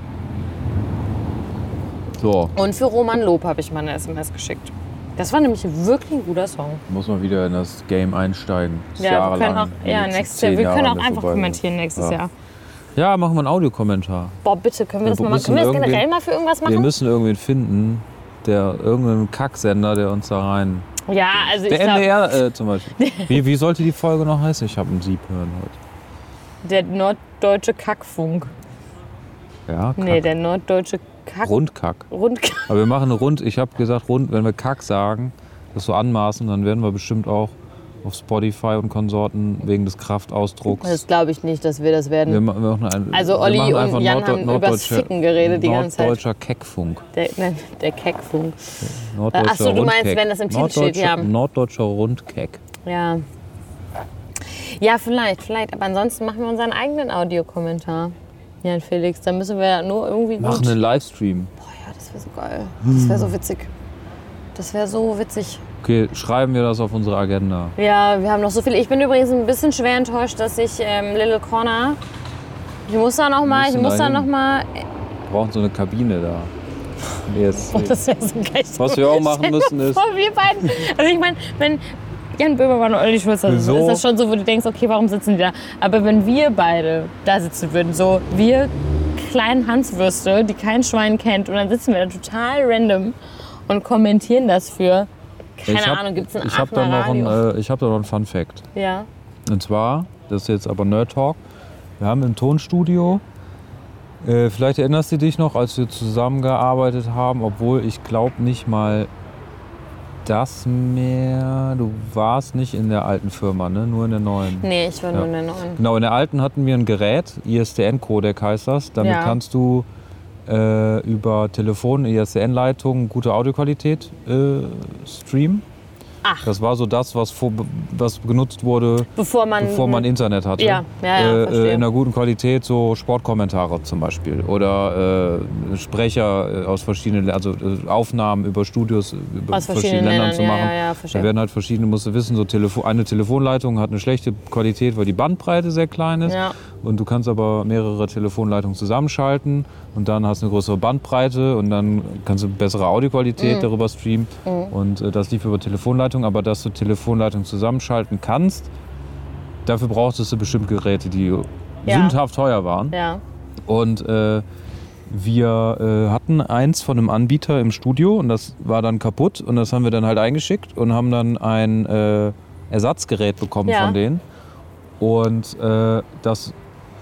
B: So,
A: Und für Roman Lob habe ich mal eine SMS geschickt. Das war nämlich wirklich ein guter Song.
B: muss man wieder in das Game einsteigen. Das ist
A: Ja, wir können auch,
B: jahrelang, die
A: ja,
B: letzten
A: nächstes
B: zehn
A: Jahr, wir
B: Jahre
A: können
B: an
A: auch
B: mir
A: einfach
B: vorbei sind.
A: kommentieren nächstes
B: Ja.
A: Jahr.
B: Ja, machen wir einen Audiokommentar.
A: Boah, bitte, können wir
B: Wir
A: das mal machen?
B: müssen
A: Können wir das
B: irgendwie-
A: generell mal für irgendwas
B: Wir
A: machen?
B: müssen irgendwen finden, der irgendeinen Kacksender, der uns da rein.
A: Ja, also ich
B: Der
A: glaube,
B: NDR äh, zum Beispiel. Wie, wie sollte die Folge noch heißen? Ich habe einen Sieb hören heute.
A: der norddeutsche Kackfunk.
B: Ja, Kack.
A: Nee, der norddeutsche Kack.
B: Rundkack.
A: Rundkack.
B: Aber wir machen eine rund. Ich habe gesagt, rund, wenn wir Kack sagen, das so anmaßen, dann werden wir bestimmt auch auf Spotify und Konsorten wegen des
A: Das
B: Kraftausdrucks.
A: glaube ich nicht, dass wir das
B: Wir,
A: werden.
B: ma- wir machen ein,
A: Also
B: wir
A: Olli
B: machen
A: und
B: einfach
A: Jan
B: Norddeu-
A: haben übers
B: norddeutsche-
A: Ficken geredet die ganze Zeit.
B: Norddeutscher Keckfunk.
A: Der, nein, der Kackfunk.
B: Norddeutscher
A: Ach so, du meinst,
B: Rundkeck.
A: wenn das im Titel steht, ja.
B: Norddeutscher- Norddeutscher Rundkeck.
A: Ja. Ja, vielleicht, vielleicht. Aber ansonsten machen wir unseren eigenen Audiokommentar. Jan Felix, da müssen wir nur irgendwie gut.
B: Machen Hm. einen Livestream.
A: Ja, das wäre so geil. Das wäre so witzig. Das wäre so witzig.
B: Okay, schreiben wir das auf unsere Agenda.
A: Ja, wir haben noch so viel. Ich bin übrigens ein bisschen schwer enttäuscht, dass ich ähm, Little Corner. Ich muss da noch mal, ich
B: müssen
A: muss da
B: dahin.
A: noch mal.
B: Wir brauchen so eine Kabine da. Jetzt.
A: Das wäre so geil.
B: Was wir auch machen müssen ist,
A: Vor wir beiden. Also ich meine, wenn Jan Böhmermann und Olli Schulz da sitzen,
B: So.
A: ist das schon so, wo du denkst, okay, warum sitzen die da? Aber wenn wir beide da sitzen würden, so wir kleinen Hanswürste, die kein Schwein kennt, und dann sitzen wir da total random und kommentieren das für, keine
B: ich hab-
A: Ahnung, gibt es ein
B: ich habe da,
A: Aachener
B: noch ein,
A: Radio?
B: äh, ich hab da noch einen Fun Fact.
A: ja.
B: Und zwar, das ist jetzt aber Nerd Talk, wir haben im Tonstudio, äh, vielleicht erinnerst du dich noch, als wir zusammengearbeitet haben, obwohl ich glaube nicht mal das mehr, du warst nicht in der alten Firma, ne? nur in der neuen.
A: Nee, ich war
B: Ja.
A: nur in der neuen.
B: Genau, in der alten hatten wir ein Gerät, ISDN-Codec heißt das. Damit
A: Ja.
B: kannst du äh, über Telefon, ISDN-Leitung gute Audioqualität äh, streamen.
A: Ach.
B: Das war so das, was, vor, was genutzt wurde,
A: Bevor man.
B: bevor man Internet hatte.
A: Ja, ja, ja,
B: äh,
A: verstehe.
B: äh, in einer guten Qualität so Sportkommentare zum Beispiel oder äh, Sprecher äh, aus verschiedenen, also äh, Aufnahmen über Studios äh, über
A: Aus verschiedenen
B: Ländern, zu
A: Ländern,
B: machen.
A: ja, ja, ja,
B: da
A: verstehe.
B: werden halt verschiedene, musst du wissen, so Telefo eine Telefonleitung hat eine schlechte Qualität, weil die Bandbreite sehr klein ist
A: Ja.
B: und du kannst aber mehrere Telefonleitungen zusammenschalten und dann hast du eine größere Bandbreite und dann kannst du bessere
A: Mhm.
B: Audioqualität darüber streamen und äh, das lief über Telefonleitung, aber dass du Telefonleitungen zusammenschalten kannst, dafür brauchtest du bestimmt Geräte, die sündhaft teuer waren.
A: ja.
B: Und äh, wir äh, hatten eins von einem Anbieter im Studio und das war dann kaputt und das haben wir dann halt eingeschickt und haben dann ein äh, Ersatzgerät bekommen
A: Ja.
B: von denen. Und äh, das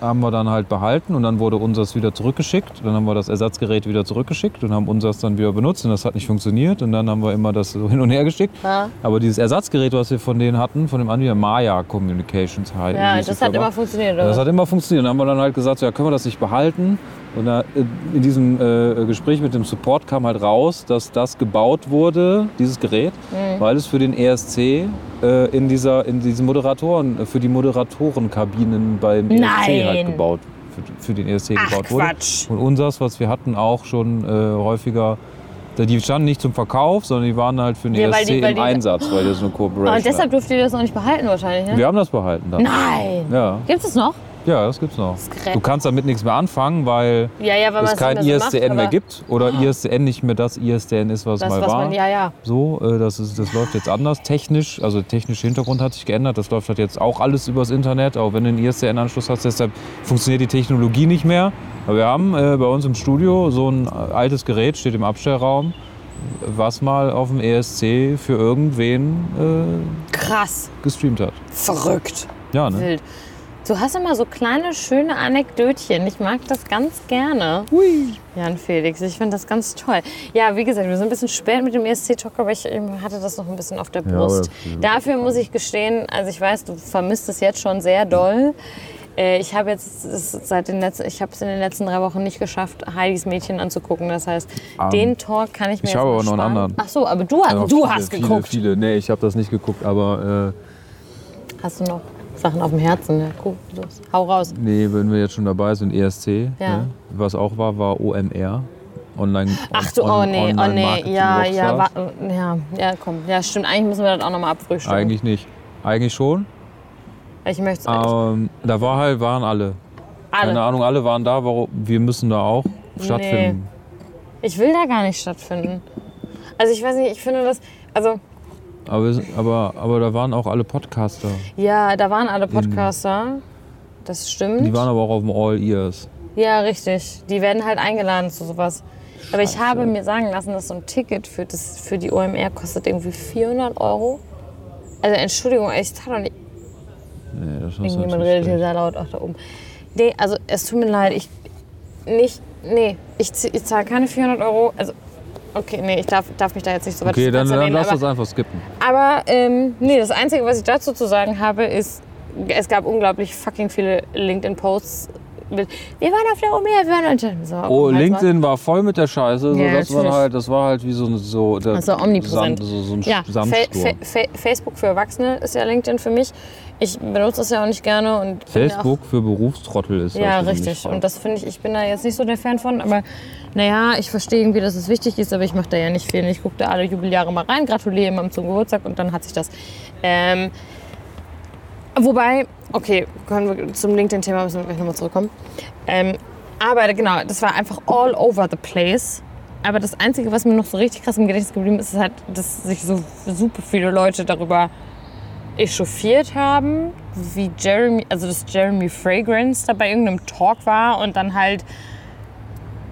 B: haben wir dann halt behalten und dann wurde unseres wieder zurückgeschickt. Dann haben wir das Ersatzgerät wieder zurückgeschickt und haben unseres dann wieder benutzt und das hat nicht funktioniert und dann haben wir immer das so hin und her geschickt.
A: Ja.
B: Aber dieses Ersatzgerät, was wir von denen hatten, von dem Anbieter Maya Communications halt.
A: Ja, das hat immer funktioniert,
B: Ja,
A: oder?
B: Das hat immer funktioniert. Dann haben wir dann halt gesagt, so, ja, können wir das nicht behalten? Und da, äh, in diesem äh, Gespräch mit dem Support kam halt raus, dass das gebaut wurde, dieses Gerät,
A: Mhm.
B: weil es für den ESC äh, in, dieser, in diesen Moderatoren, äh, für die Moderatorenkabinen beim ESC
A: Nein.
B: halt gebaut, für, für den ESC
A: Ach,
B: gebaut wurde.
A: Quatsch.
B: Und unseres, was wir hatten, auch schon äh, häufiger, da- die standen nicht zum Verkauf, sondern die waren halt für den
A: Ja, weil
B: ESC
A: die- weil
B: im
A: die-
B: Einsatz, weil das eine Corporation
A: Und deshalb durft ihr das noch nicht behalten, wahrscheinlich, ne?
B: Wir haben das behalten dann.
A: Nein!
B: Ja.
A: Gibt es noch?
B: Ja, das gibt's noch.
A: Gerät-
B: Du kannst damit nichts mehr anfangen, weil
A: Ja, ja, weil man
B: es kein
A: nicht mehr so
B: ISDN
A: macht,
B: mehr
A: aber
B: gibt oder ISDN nicht mehr das ISDN ist, was es
A: Das,
B: mal
A: was
B: war.
A: man, ja, ja.
B: So, äh, das, ist, das läuft jetzt anders technisch. Also der technische Hintergrund hat sich geändert. Das läuft halt jetzt auch alles übers Internet, auch wenn du einen ISDN-Anschluss hast. Deshalb funktioniert die Technologie nicht mehr. Aber wir haben äh, bei uns im Studio so ein äh, altes Gerät, steht im Abstellraum, was mal auf dem ESC für irgendwen
A: Krass.
B: äh, gestreamt hat.
A: Verrückt.
B: Ja, ne?
A: Wild. Du hast immer so kleine, schöne Anekdötchen. Ich mag das ganz gerne. Jan Felix, ich finde das ganz toll. Ja, wie gesagt, wir sind ein bisschen spät mit dem E ESC-Talk, aber ich ähm, hatte das noch ein bisschen auf der Brust. Dafür muss ich gestehen, also ich weiß, du vermisst es jetzt schon sehr doll. Äh, Ich habe jetzt es seit den letzten, ich habe es in den letzten drei Wochen nicht geschafft, Heidis Mädchen anzugucken. Das heißt, den Talk kann ich mir
B: Ähm, ich
A: jetzt
B: habe
A: mal
B: aber noch einen
A: sparen.
B: anderen.
A: Ach so, aber du hast,
B: Ja,
A: du
B: viele,
A: hast geguckt.
B: Viele, viele. Nee, ich habe das nicht geguckt, aber äh,
A: Hast du noch Sachen auf dem Herzen? Ja, cool. los. Hau raus.
B: nee, wenn wir jetzt schon dabei sind, ESC,
A: Ja.
B: ne? was auch war, war OMR. Online,
A: Ach du, oh
B: on-
A: nee, oh
B: Online
A: nee,
B: Marketing
A: ja,
B: Rockstars.
A: ja, wa- ja, ja, komm, ja, stimmt. Eigentlich müssen wir das auch nochmal abfrühstücken.
B: Eigentlich nicht. Eigentlich schon.
A: Ich möchte es eigentlich.
B: Ähm, da war halt, waren alle. Keine
A: Alle.
B: Ahnung, alle waren da, warum, wir müssen da auch stattfinden.
A: Ich will da gar nicht stattfinden. Also ich weiß nicht, ich finde das, also
B: Aber, es- aber, aber da waren auch alle Podcaster.
A: ja, da waren alle Podcaster, das stimmt.
B: Die waren aber auch auf dem All Ears.
A: ja, richtig. Die werden halt eingeladen zu sowas. Aber ich habe mir sagen lassen, dass so ein Ticket für, das, für die OMR kostet irgendwie 400 Euro. Also Entschuldigung, ich tat doch nicht,
B: Nee, das ist
A: Irgendjemand
B: natürlich
A: redet hier
B: schlecht.
A: sehr laut auch da oben. Nee, also es tut mir leid, ich nicht, nee, ich, zie- ich zahle keine 400 Euro, also okay, nee, ich darf, darf mich da jetzt nicht so weit
B: Okay,
A: ins
B: dann,
A: Fenster
B: dann
A: lehnen,
B: lass
A: aber,
B: das einfach skippen.
A: aber ähm, nee, das Einzige, was ich dazu zu sagen habe, ist, es gab unglaublich fucking viele LinkedIn-Posts mit, wir waren auf der OMR, wir waren unter. So,
B: Oh,
A: halt mal.
B: LinkedIn war voll mit der Scheiße. So,
A: Ja,
B: das, war
A: natürlich.
B: halt, das war halt wie so ein so, der
A: Das war omnipräsent.
B: Sand, so, so ein
A: Ja,
B: ja,
A: Fa Fa Fa Facebook für Erwachsene ist ja LinkedIn für mich. Ich benutze das ja auch nicht gerne und bin ja auch-
B: Facebook für Berufstrottel ist
A: Ja,
B: das. was ich
A: richtig.
B: frage.
A: Und das finde ich, ich bin da jetzt nicht so der Fan von, aber naja, ich verstehe irgendwie, dass es wichtig ist, aber ich mache da ja nicht viel. Ich gucke da alle Jubeljahre mal rein, gratuliere jemandem zum Geburtstag und dann hat sich das. Ähm, wobei, okay, können wir zum LinkedIn-Thema müssen wir gleich nochmal zurückkommen. Ähm, aber genau, das war einfach all over the place. Aber das Einzige, was mir noch so richtig krass im Gedächtnis geblieben ist, ist halt, dass sich so super viele Leute darüber echauffiert haben, wie Jeremy, also dass Jeremy Fragrance da bei irgendeinem Talk war und dann halt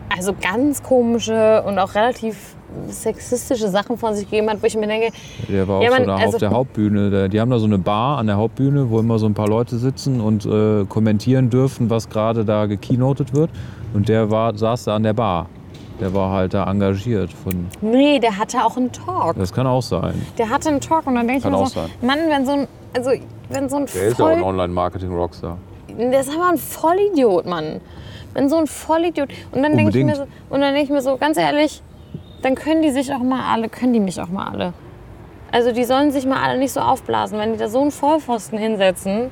A: also ganz komische und auch relativ sexistische Sachen von sich gegeben hat, wo ich mir denke,
B: der war auch
A: Ja, man,
B: so da
A: also-
B: auf der Hauptbühne. Da- Die haben da so eine Bar an der Hauptbühne, wo immer so ein paar Leute sitzen und äh, kommentieren dürfen, was gerade da gekeynotet wird. Und der war, saß da an der Bar. Der war halt da engagiert. Von,
A: nee, der hatte auch einen Talk.
B: das kann auch sein.
A: Der hatte einen Talk und dann denke ich
B: Kann
A: mir
B: auch
A: so,
B: sein.
A: Mann, wenn so ein, also wenn so ein voll
B: Online-Marketing-Rockstar.
A: Das ist aber ein Vollidiot, Mann. Wenn so ein Vollidiot. Und dann denke ich,
B: Unbedingt.
A: mir so- und dann denk ich mir so, ganz ehrlich, dann können die sich auch mal alle, können die mich auch mal alle. Also die sollen sich mal alle nicht so aufblasen. Wenn die da so einen Vollpfosten hinsetzen,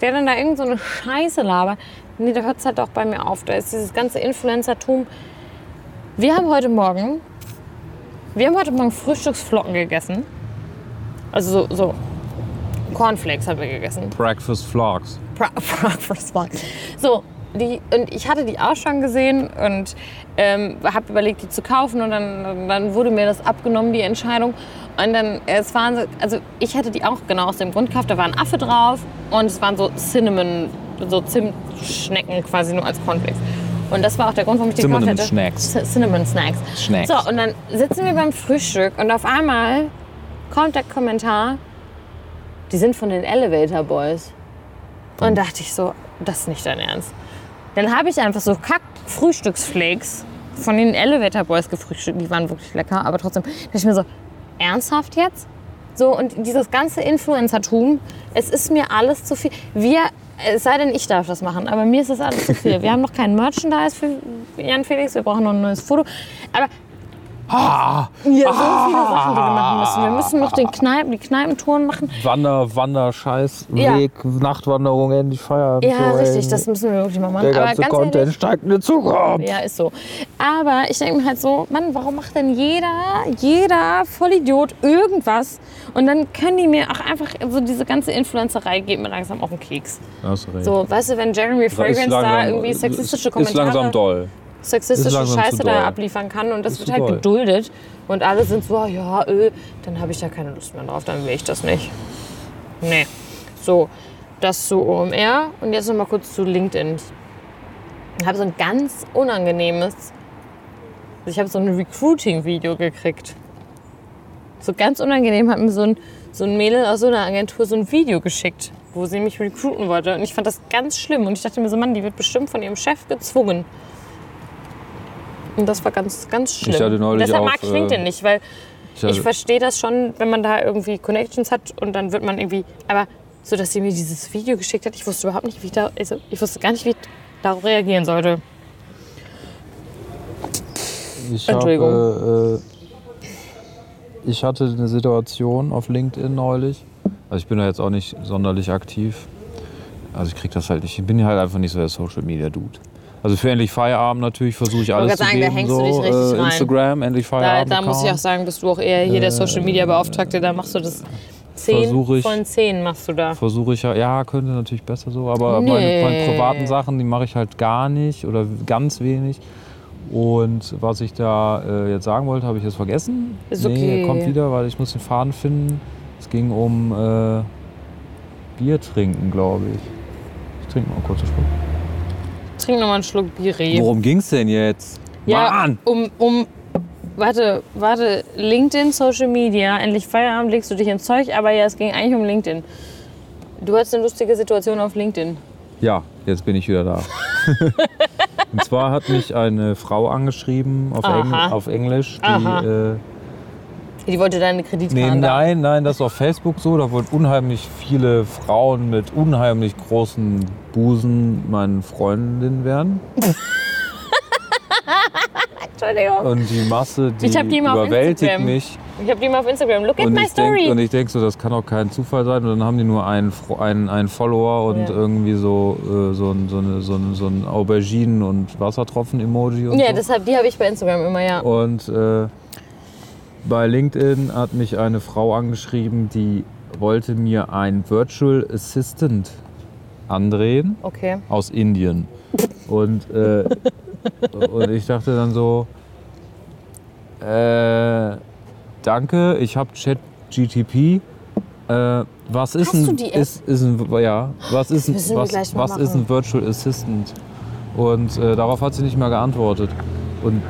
A: der dann da irgend so eine Scheiße labert, nee, da hört es halt auch bei mir auf. Da ist dieses ganze Influencertum. Wir haben heute Morgen, wir haben heute Morgen Frühstücksflocken gegessen. Also so, so Cornflakes haben wir gegessen.
B: Breakfast Vlogs.
A: Pra- Breakfast Box. So, die, und ich hatte die auch schon gesehen und ähm, habe überlegt, die zu kaufen. Und dann, dann wurde mir das abgenommen, die Entscheidung. Und dann, äh, es waren so, also ich hatte die auch genau aus dem Grund gekauft. Da war ein Affe drauf und es waren so Cinnamon, so Zimtschnecken quasi nur als Cornflakes. Und das war auch der Grund, warum ich die gekauft
B: Cinnamon
A: hatte.
B: Snacks.
A: C- Cinnamon Snacks.
B: Snacks.
A: So, und dann sitzen wir beim Frühstück und auf einmal kommt der Kommentar, die sind von den Elevator Boys. Und dachte ich so, das ist nicht dein Ernst. Dann habe ich einfach so Kack-Frühstücksflakes von den Elevator Boys gefrühstückt. Die waren wirklich lecker, aber trotzdem dachte ich mir so, ernsthaft jetzt? So, und dieses ganze Influencertum, es ist mir alles zu viel. Wir, äh, es sei denn, ich darf das machen, aber mir ist das alles zu viel. Wir haben noch kein Merchandise für Jan Felix, wir brauchen noch ein neues Foto. Aber
B: Ah,
A: ja, so viele Sachen, die wir machen müssen. Wir müssen noch den Kneipen, die Kneipentouren machen.
B: Wander, Wander, Scheiß,
A: Ja.
B: Weg, Nachtwanderung, endlich Feierabend.
A: Ja,
B: so, ey.
A: richtig, das müssen wir wirklich mal machen.
B: Der ganze Content
A: ehrlich,
B: steigt in den Zug ab.
A: ja, ist so. Aber ich denke mir halt so, Mann, warum macht denn jeder, jeder Vollidiot irgendwas? Und dann können die mir auch einfach, so diese ganze Influencerei geht mir langsam auf den Keks.
B: Hast du recht.
A: So, weißt du, wenn Jeremy Fragrance da irgendwie sexistische
B: Ist langsam
A: Kommentare,
B: doll. ist
A: sexistische
B: langsam
A: Scheiße
B: zu
A: da
B: doll.
A: abliefern kann und das
B: Ist
A: wird
B: zu
A: halt
B: doll.
A: geduldet und alle sind so, ah, ja, öh, dann habe ich da keine Lust mehr drauf, dann will ich das nicht. Nee. So, das zu OMR und jetzt noch mal kurz zu LinkedIn. Ich habe so ein ganz unangenehmes, Also ich habe so ein Recruiting-Video gekriegt. So ganz unangenehm hat mir so ein, so ein Mädel aus so einer Agentur so ein Video geschickt, wo sie mich recruiten wollte. Und ich fand das ganz schlimm. Und ich dachte mir so, Mann, die wird bestimmt von ihrem Chef gezwungen. Und das war ganz, ganz schlimm.
B: hatte neulich
A: Deshalb mag
B: auf,
A: ich
B: äh,
A: LinkedIn nicht, weil ich
B: hatte-
A: verstehe das schon, wenn man da irgendwie Connections hat und dann wird man irgendwie. Aber so, dass sie mir dieses Video geschickt hat, ich wusste überhaupt nicht, wie ich da. Also ich wusste gar nicht, wie ich darauf reagieren sollte.
B: Ich
A: Entschuldigung.
B: Habe, äh, ich hatte eine Situation auf LinkedIn neulich. Also ich bin da jetzt auch nicht sonderlich aktiv. Also ich krieg das halt nicht. Ich bin halt einfach nicht so der Social Media Dude. Also für endlich Feierabend natürlich versuche ich alles
A: wollte
B: zu
A: gerade sagen,
B: geben.
A: da hängst du
B: so,
A: dich richtig
B: äh,
A: rein.
B: Instagram, endlich
A: Da,
B: Feierabend. Äh.
A: da muss ich auch sagen, bist du auch eher hier der Social Media Beauftragte, da machst du das 10
B: Versuch ich-
A: von 10 machst du da.
B: Versuche ich ja, ja, könnte natürlich besser so, aber
A: Nee.
B: meine, meine privaten Sachen, die mache ich halt gar nicht oder ganz wenig. Und was ich da äh, jetzt sagen wollte, habe ich jetzt vergessen.
A: Ist okay.
B: Nee, kommt wieder, weil ich muss den Faden finden. Es ging um äh, Bier trinken, glaube ich. Ich trinke mal einen kurzen Schluck.
A: Trink nochmal einen Schluck Biri.
B: Worum ging's denn jetzt?
A: Ja,
B: Mann!
A: um, um, warte, warte, LinkedIn, Social Media, endlich Feierabend, legst du dich ins Zeug, aber ja, es ging eigentlich um LinkedIn. Du hattest eine lustige Situation auf LinkedIn.
B: Ja, jetzt bin ich wieder da. Und zwar hat mich eine Frau angeschrieben auf, Engl
A: Aha.
B: auf Englisch,
A: Aha.
B: die äh,
A: Die wollte deine
B: Nee,
A: Kreditkarte.
B: nein, nein, das ist auf Facebook so. Da wurden unheimlich viele Frauen mit unheimlich großen Busen meine Freundin werden.
A: Entschuldigung.
B: Und die Masse, die
A: Ich hab die immer auf
B: überwältigt
A: Instagram.
B: mich.
A: Ich habe die mal auf Instagram. Look at
B: Und
A: my
B: ich, denk, und
A: story.
B: ich denk so, das kann auch kein Zufall sein. Und dann haben die nur einen, Fro- einen, einen Follower und
A: Ja.
B: irgendwie so, äh, so ein, so eine, so ein, so ein Auberginen- und Wassertropfen-Emoji. und
A: Ja,
B: so.
A: deshalb, die habe ich bei Instagram immer, ja.
B: Und äh, bei LinkedIn hat mich eine Frau angeschrieben, die wollte mir ein Virtual Assistant andrehen
A: Okay.
B: aus Indien. Und, äh, und ich dachte dann so, äh, danke, ich habe ChatGTP. Äh, was ist
A: Hast du
B: ein,
A: die App?
B: ist, ist ein ja, was ist ein,
A: müssen wir gleich
B: was,
A: mal
B: was ist ein Virtual Assistant? Und äh, darauf hat sie nicht mal geantwortet. Und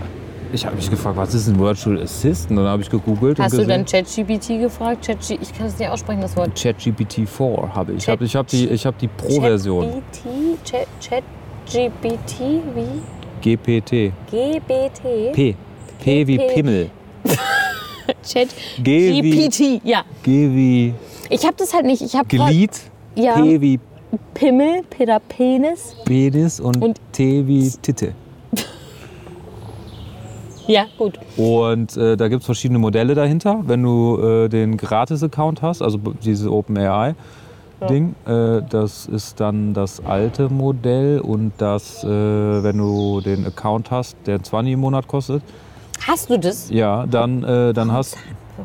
B: ich habe mich gefragt, was ist ein Virtual Assistant? Und dann habe ich gegoogelt
A: Hast
B: und
A: du
B: gesehen,
A: dann ChatGPT gefragt? Chat ich kann es nicht aussprechen, das Wort.
B: ChatGPT 4 habe ich. Ich habe ich hab die, ich hab die Pro-Version.
A: ChatGPT? Chat- ChatGPT? Wie?
B: GPT.
A: GBT?
B: P. P wie Pimmel. G wie,
A: ChatGPT, ja.
B: G wie
A: Ich habe das halt nicht. Ich habe
B: Glied,
A: Ja.
B: P wie
A: Pimmel, Peter Penis.
B: Penis und,
A: Und
B: T wie Titte.
A: Ja, gut.
B: Und äh, da gibt es verschiedene Modelle dahinter. Wenn du äh, den Gratis-Account hast, also b- dieses OpenAI-Ding, äh, das ist dann das alte Modell. Und das, äh, wenn du den Account hast, der 20 im Monat kostet,
A: Hast du das?
B: ja, dann, äh, dann hast
A: Ja,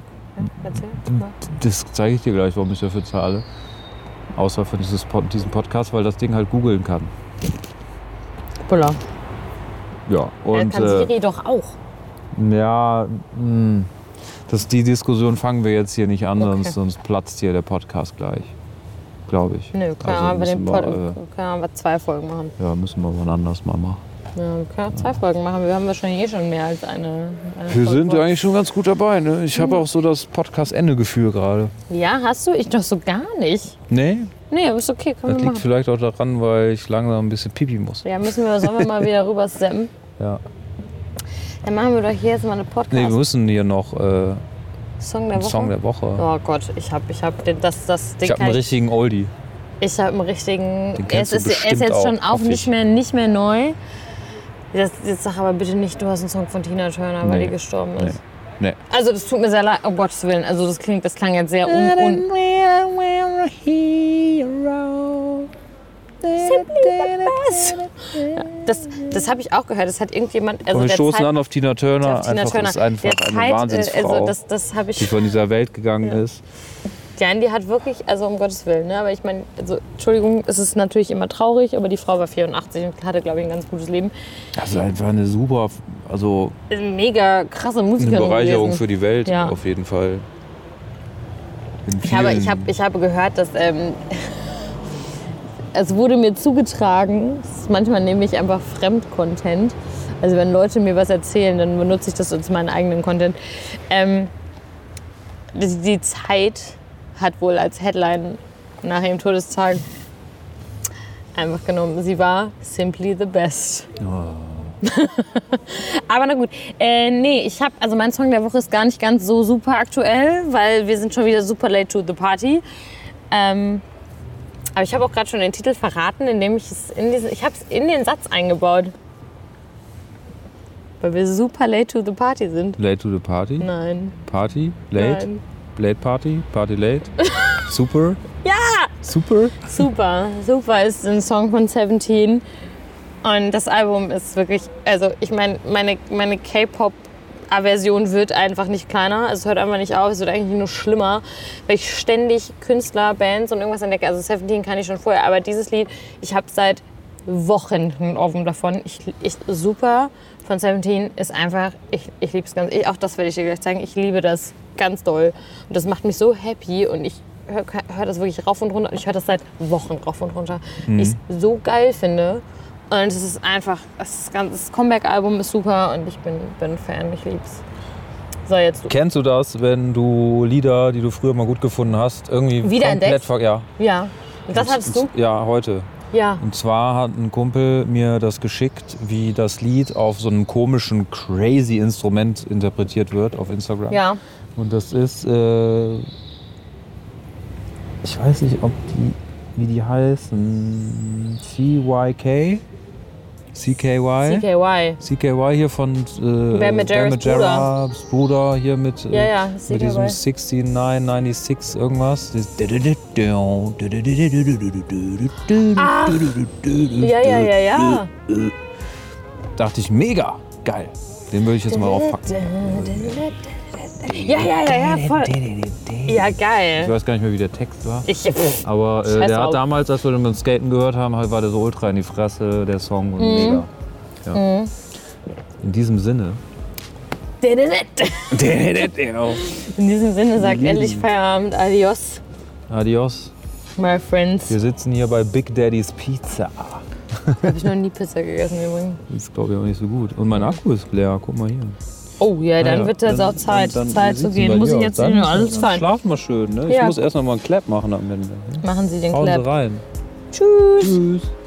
A: erzähl. mal.
B: Das zeige ich dir gleich, warum ich dafür zahle. Außer für dieses Pod, diesen Podcast, weil das Ding halt googeln kann.
A: Bulla.
B: Ja,
A: Und,
B: und.
A: kann
B: äh,
A: Siri doch auch.
B: Ja, mh, das, die Diskussion fangen wir jetzt hier nicht an,
A: Okay.
B: sonst, sonst platzt hier der Podcast gleich. Glaube ich. Also
A: Nö, können wir bei
B: müssen
A: dem
B: wir,
A: Pod können wir zwei Folgen machen.
B: äh, ja, müssen wir wann anders mal machen.
A: Ja, wir können auch zwei Folgen machen. Wir haben wahrscheinlich eh schon mehr als eine. eine
B: Wir
A: Folge
B: sind
A: vor.
B: eigentlich schon ganz gut dabei, ne? Ich
A: Hm.
B: habe auch so das Podcast-Ende-Gefühl gerade.
A: Ja, hast du? Ich doch so gar nicht.
B: Nee,
A: Nee, ist okay, können
B: das
A: wir
B: liegt
A: machen.
B: vielleicht auch daran, weil ich langsam ein bisschen pipi muss.
A: Ja, müssen wir, sollen wir mal wieder rüber stemmen?
B: Ja.
A: Dann machen wir doch hier jetzt mal eine
B: Nee, wir
A: Podcast-Song
B: müssen hier noch äh,
A: der
B: einen
A: Woche.
B: Song der Woche.
A: Oh Gott, ich hab, ich hab den, das, das Ding
B: Ich habe
A: kann
B: einen richtigen Oldie.
A: Ich habe einen richtigen.
B: Den kennst
A: Es
B: du
A: ist, er ist
B: bestimmt
A: jetzt schon
B: auch,
A: auf,
B: hoffe ich.
A: nicht mehr, nicht mehr neu. Das, jetzt sag aber bitte nicht, du hast einen Song von Tina Turner, weil
B: Nee.
A: die gestorben
B: Nee.
A: ist.
B: Nee.
A: Also das tut mir sehr leid, um Gottes Willen. Also das klingt, das klang jetzt sehr un, un Das, das habe ich auch gehört. Das hat irgendjemand. Also
B: Und wir
A: der
B: stoßen
A: Zeit,
B: an auf Tina Turner.
A: auf Tina
B: einfach,
A: Turner.
B: Ist einfach
A: der
B: eine
A: Zeit, äh,
B: Wahnsinnsfrau,
A: Also das, das habe
B: die
A: ich.
B: von dieser Welt gegangen ist.
A: Jan, die hat wirklich, also um Gottes Willen, ne? aber ich meine, also Entschuldigung, es ist natürlich immer traurig, aber die Frau war 84 und hatte, glaube ich, ein ganz gutes Leben.
B: Also einfach eine super, also
A: Mega krasse Musikerin.
B: eine Bereicherung
A: gewesen.
B: für die Welt
A: Ja.
B: auf jeden Fall. In
A: Ich habe,
B: vielen-
A: ich, habe, ich habe gehört, dass ähm, es wurde mir zugetragen, es ist manchmal nehme ich einfach Fremdcontent. Also wenn Leute mir was erzählen, dann benutze ich das als meinen eigenen Content. Ähm, die, die Zeit hat wohl als Headline nach ihrem Todestag einfach genommen, sie war simply the best. Aber na gut, äh, nee, ich habe, also mein Song der Woche ist gar nicht ganz so super aktuell, weil wir sind schon wieder super late to the party. Ähm, aber ich habe auch gerade schon den Titel verraten, indem ich es in diesen, ich habe es in den Satz eingebaut, weil wir super late to the party sind.
B: Late to the Party,
A: Nein,
B: Party, Late,
A: nein.
B: Late Party, Party Late, Super.
A: Ja!
B: Super.
A: Super, super ist ein Song von Seventeen. Und das Album ist wirklich, also ich meine, meine, meine K-Pop-Aversion wird einfach nicht kleiner. Es hört einfach nicht auf, es wird eigentlich nur schlimmer, weil ich ständig Künstler, Bands und irgendwas entdecke. Also Seventeen kann ich schon vorher, aber dieses Lied, ich habe seit Wochen einen Ohrwurm davon. Ich, ich, super von Seventeen ist einfach, ich, ich liebe es ganz, ich, auch das werde ich dir gleich zeigen, ich liebe das ganz doll. Und das macht mich so happy und ich höre hör das wirklich rauf und runter und ich höre das seit Wochen rauf und runter. Ich es so geil finde und es ist einfach, es ist ganz, das Comeback-Album ist super und ich bin, bin Fan, ich lieb's. So, jetzt du.
B: Kennst du das, wenn du Lieder, die du früher mal gut gefunden hast, irgendwie komplett
A: Wiederentdeckst?
B: ver ja.
A: Ja, das hattest du?
B: Ja, heute.
A: Ja.
B: Und zwar hat ein Kumpel mir das geschickt, wie das Lied auf so einem komischen, crazy Instrument interpretiert wird auf Instagram.
A: Ja.
B: Und das ist, äh, ich weiß nicht, ob die, wie die heißen, CYK? CKY?
A: CKY.
B: CKY hier von äh,
A: Ben Majeras
B: Ben Majeras Bruder hier mit, äh,
A: Ja, ja,
B: mit diesem
A: CKY.
B: 6996 irgendwas. Das-
A: Ach. Ja, ja, ja, ja.
B: Dachte ich, mega geil. Den würde ich jetzt mal aufpacken.
A: Ja, ja, ja, ja, voll. Ja,
B: Ich
A: geil.
B: weiß gar nicht mehr, wie der Text war.
A: Ich, pff,
B: Aber äh,
A: Scheiß
B: der
A: auf.
B: hat damals, als wir den beim Skaten gehört haben, halt war der so ultra in die Fresse, der Song
A: Mhm.
B: und mega. Ja. In diesem Sinne.
A: in diesem Sinne sagt endlich Feierabend. Adios,
B: Adios.
A: my friends.
B: Wir sitzen hier bei Big Daddy's Pizza.
A: Habe ich noch nie Pizza gegessen übrigens.
B: Ist glaube ich auch nicht so gut. Und mein Akku ist leer, guck mal hier.
A: Oh ja, dann
B: Ja,
A: wird jetzt
B: dann-
A: auch Zeit,
B: dann- dann-
A: Zeit
B: wie
A: zu
B: sieht's denn
A: gehen.
B: bei
A: Muss
B: dir
A: ich
B: aus?
A: jetzt
B: Dann-
A: nur alles
B: dann
A: fein.
B: Schlaf mal schön, ne? Ich
A: Ja.
B: muss erst noch mal einen Clap machen am Ende. ne?
A: Machen Sie den
B: Hauen Sie
A: Clap.
B: rein.
A: Tschüss.
B: Tschüss.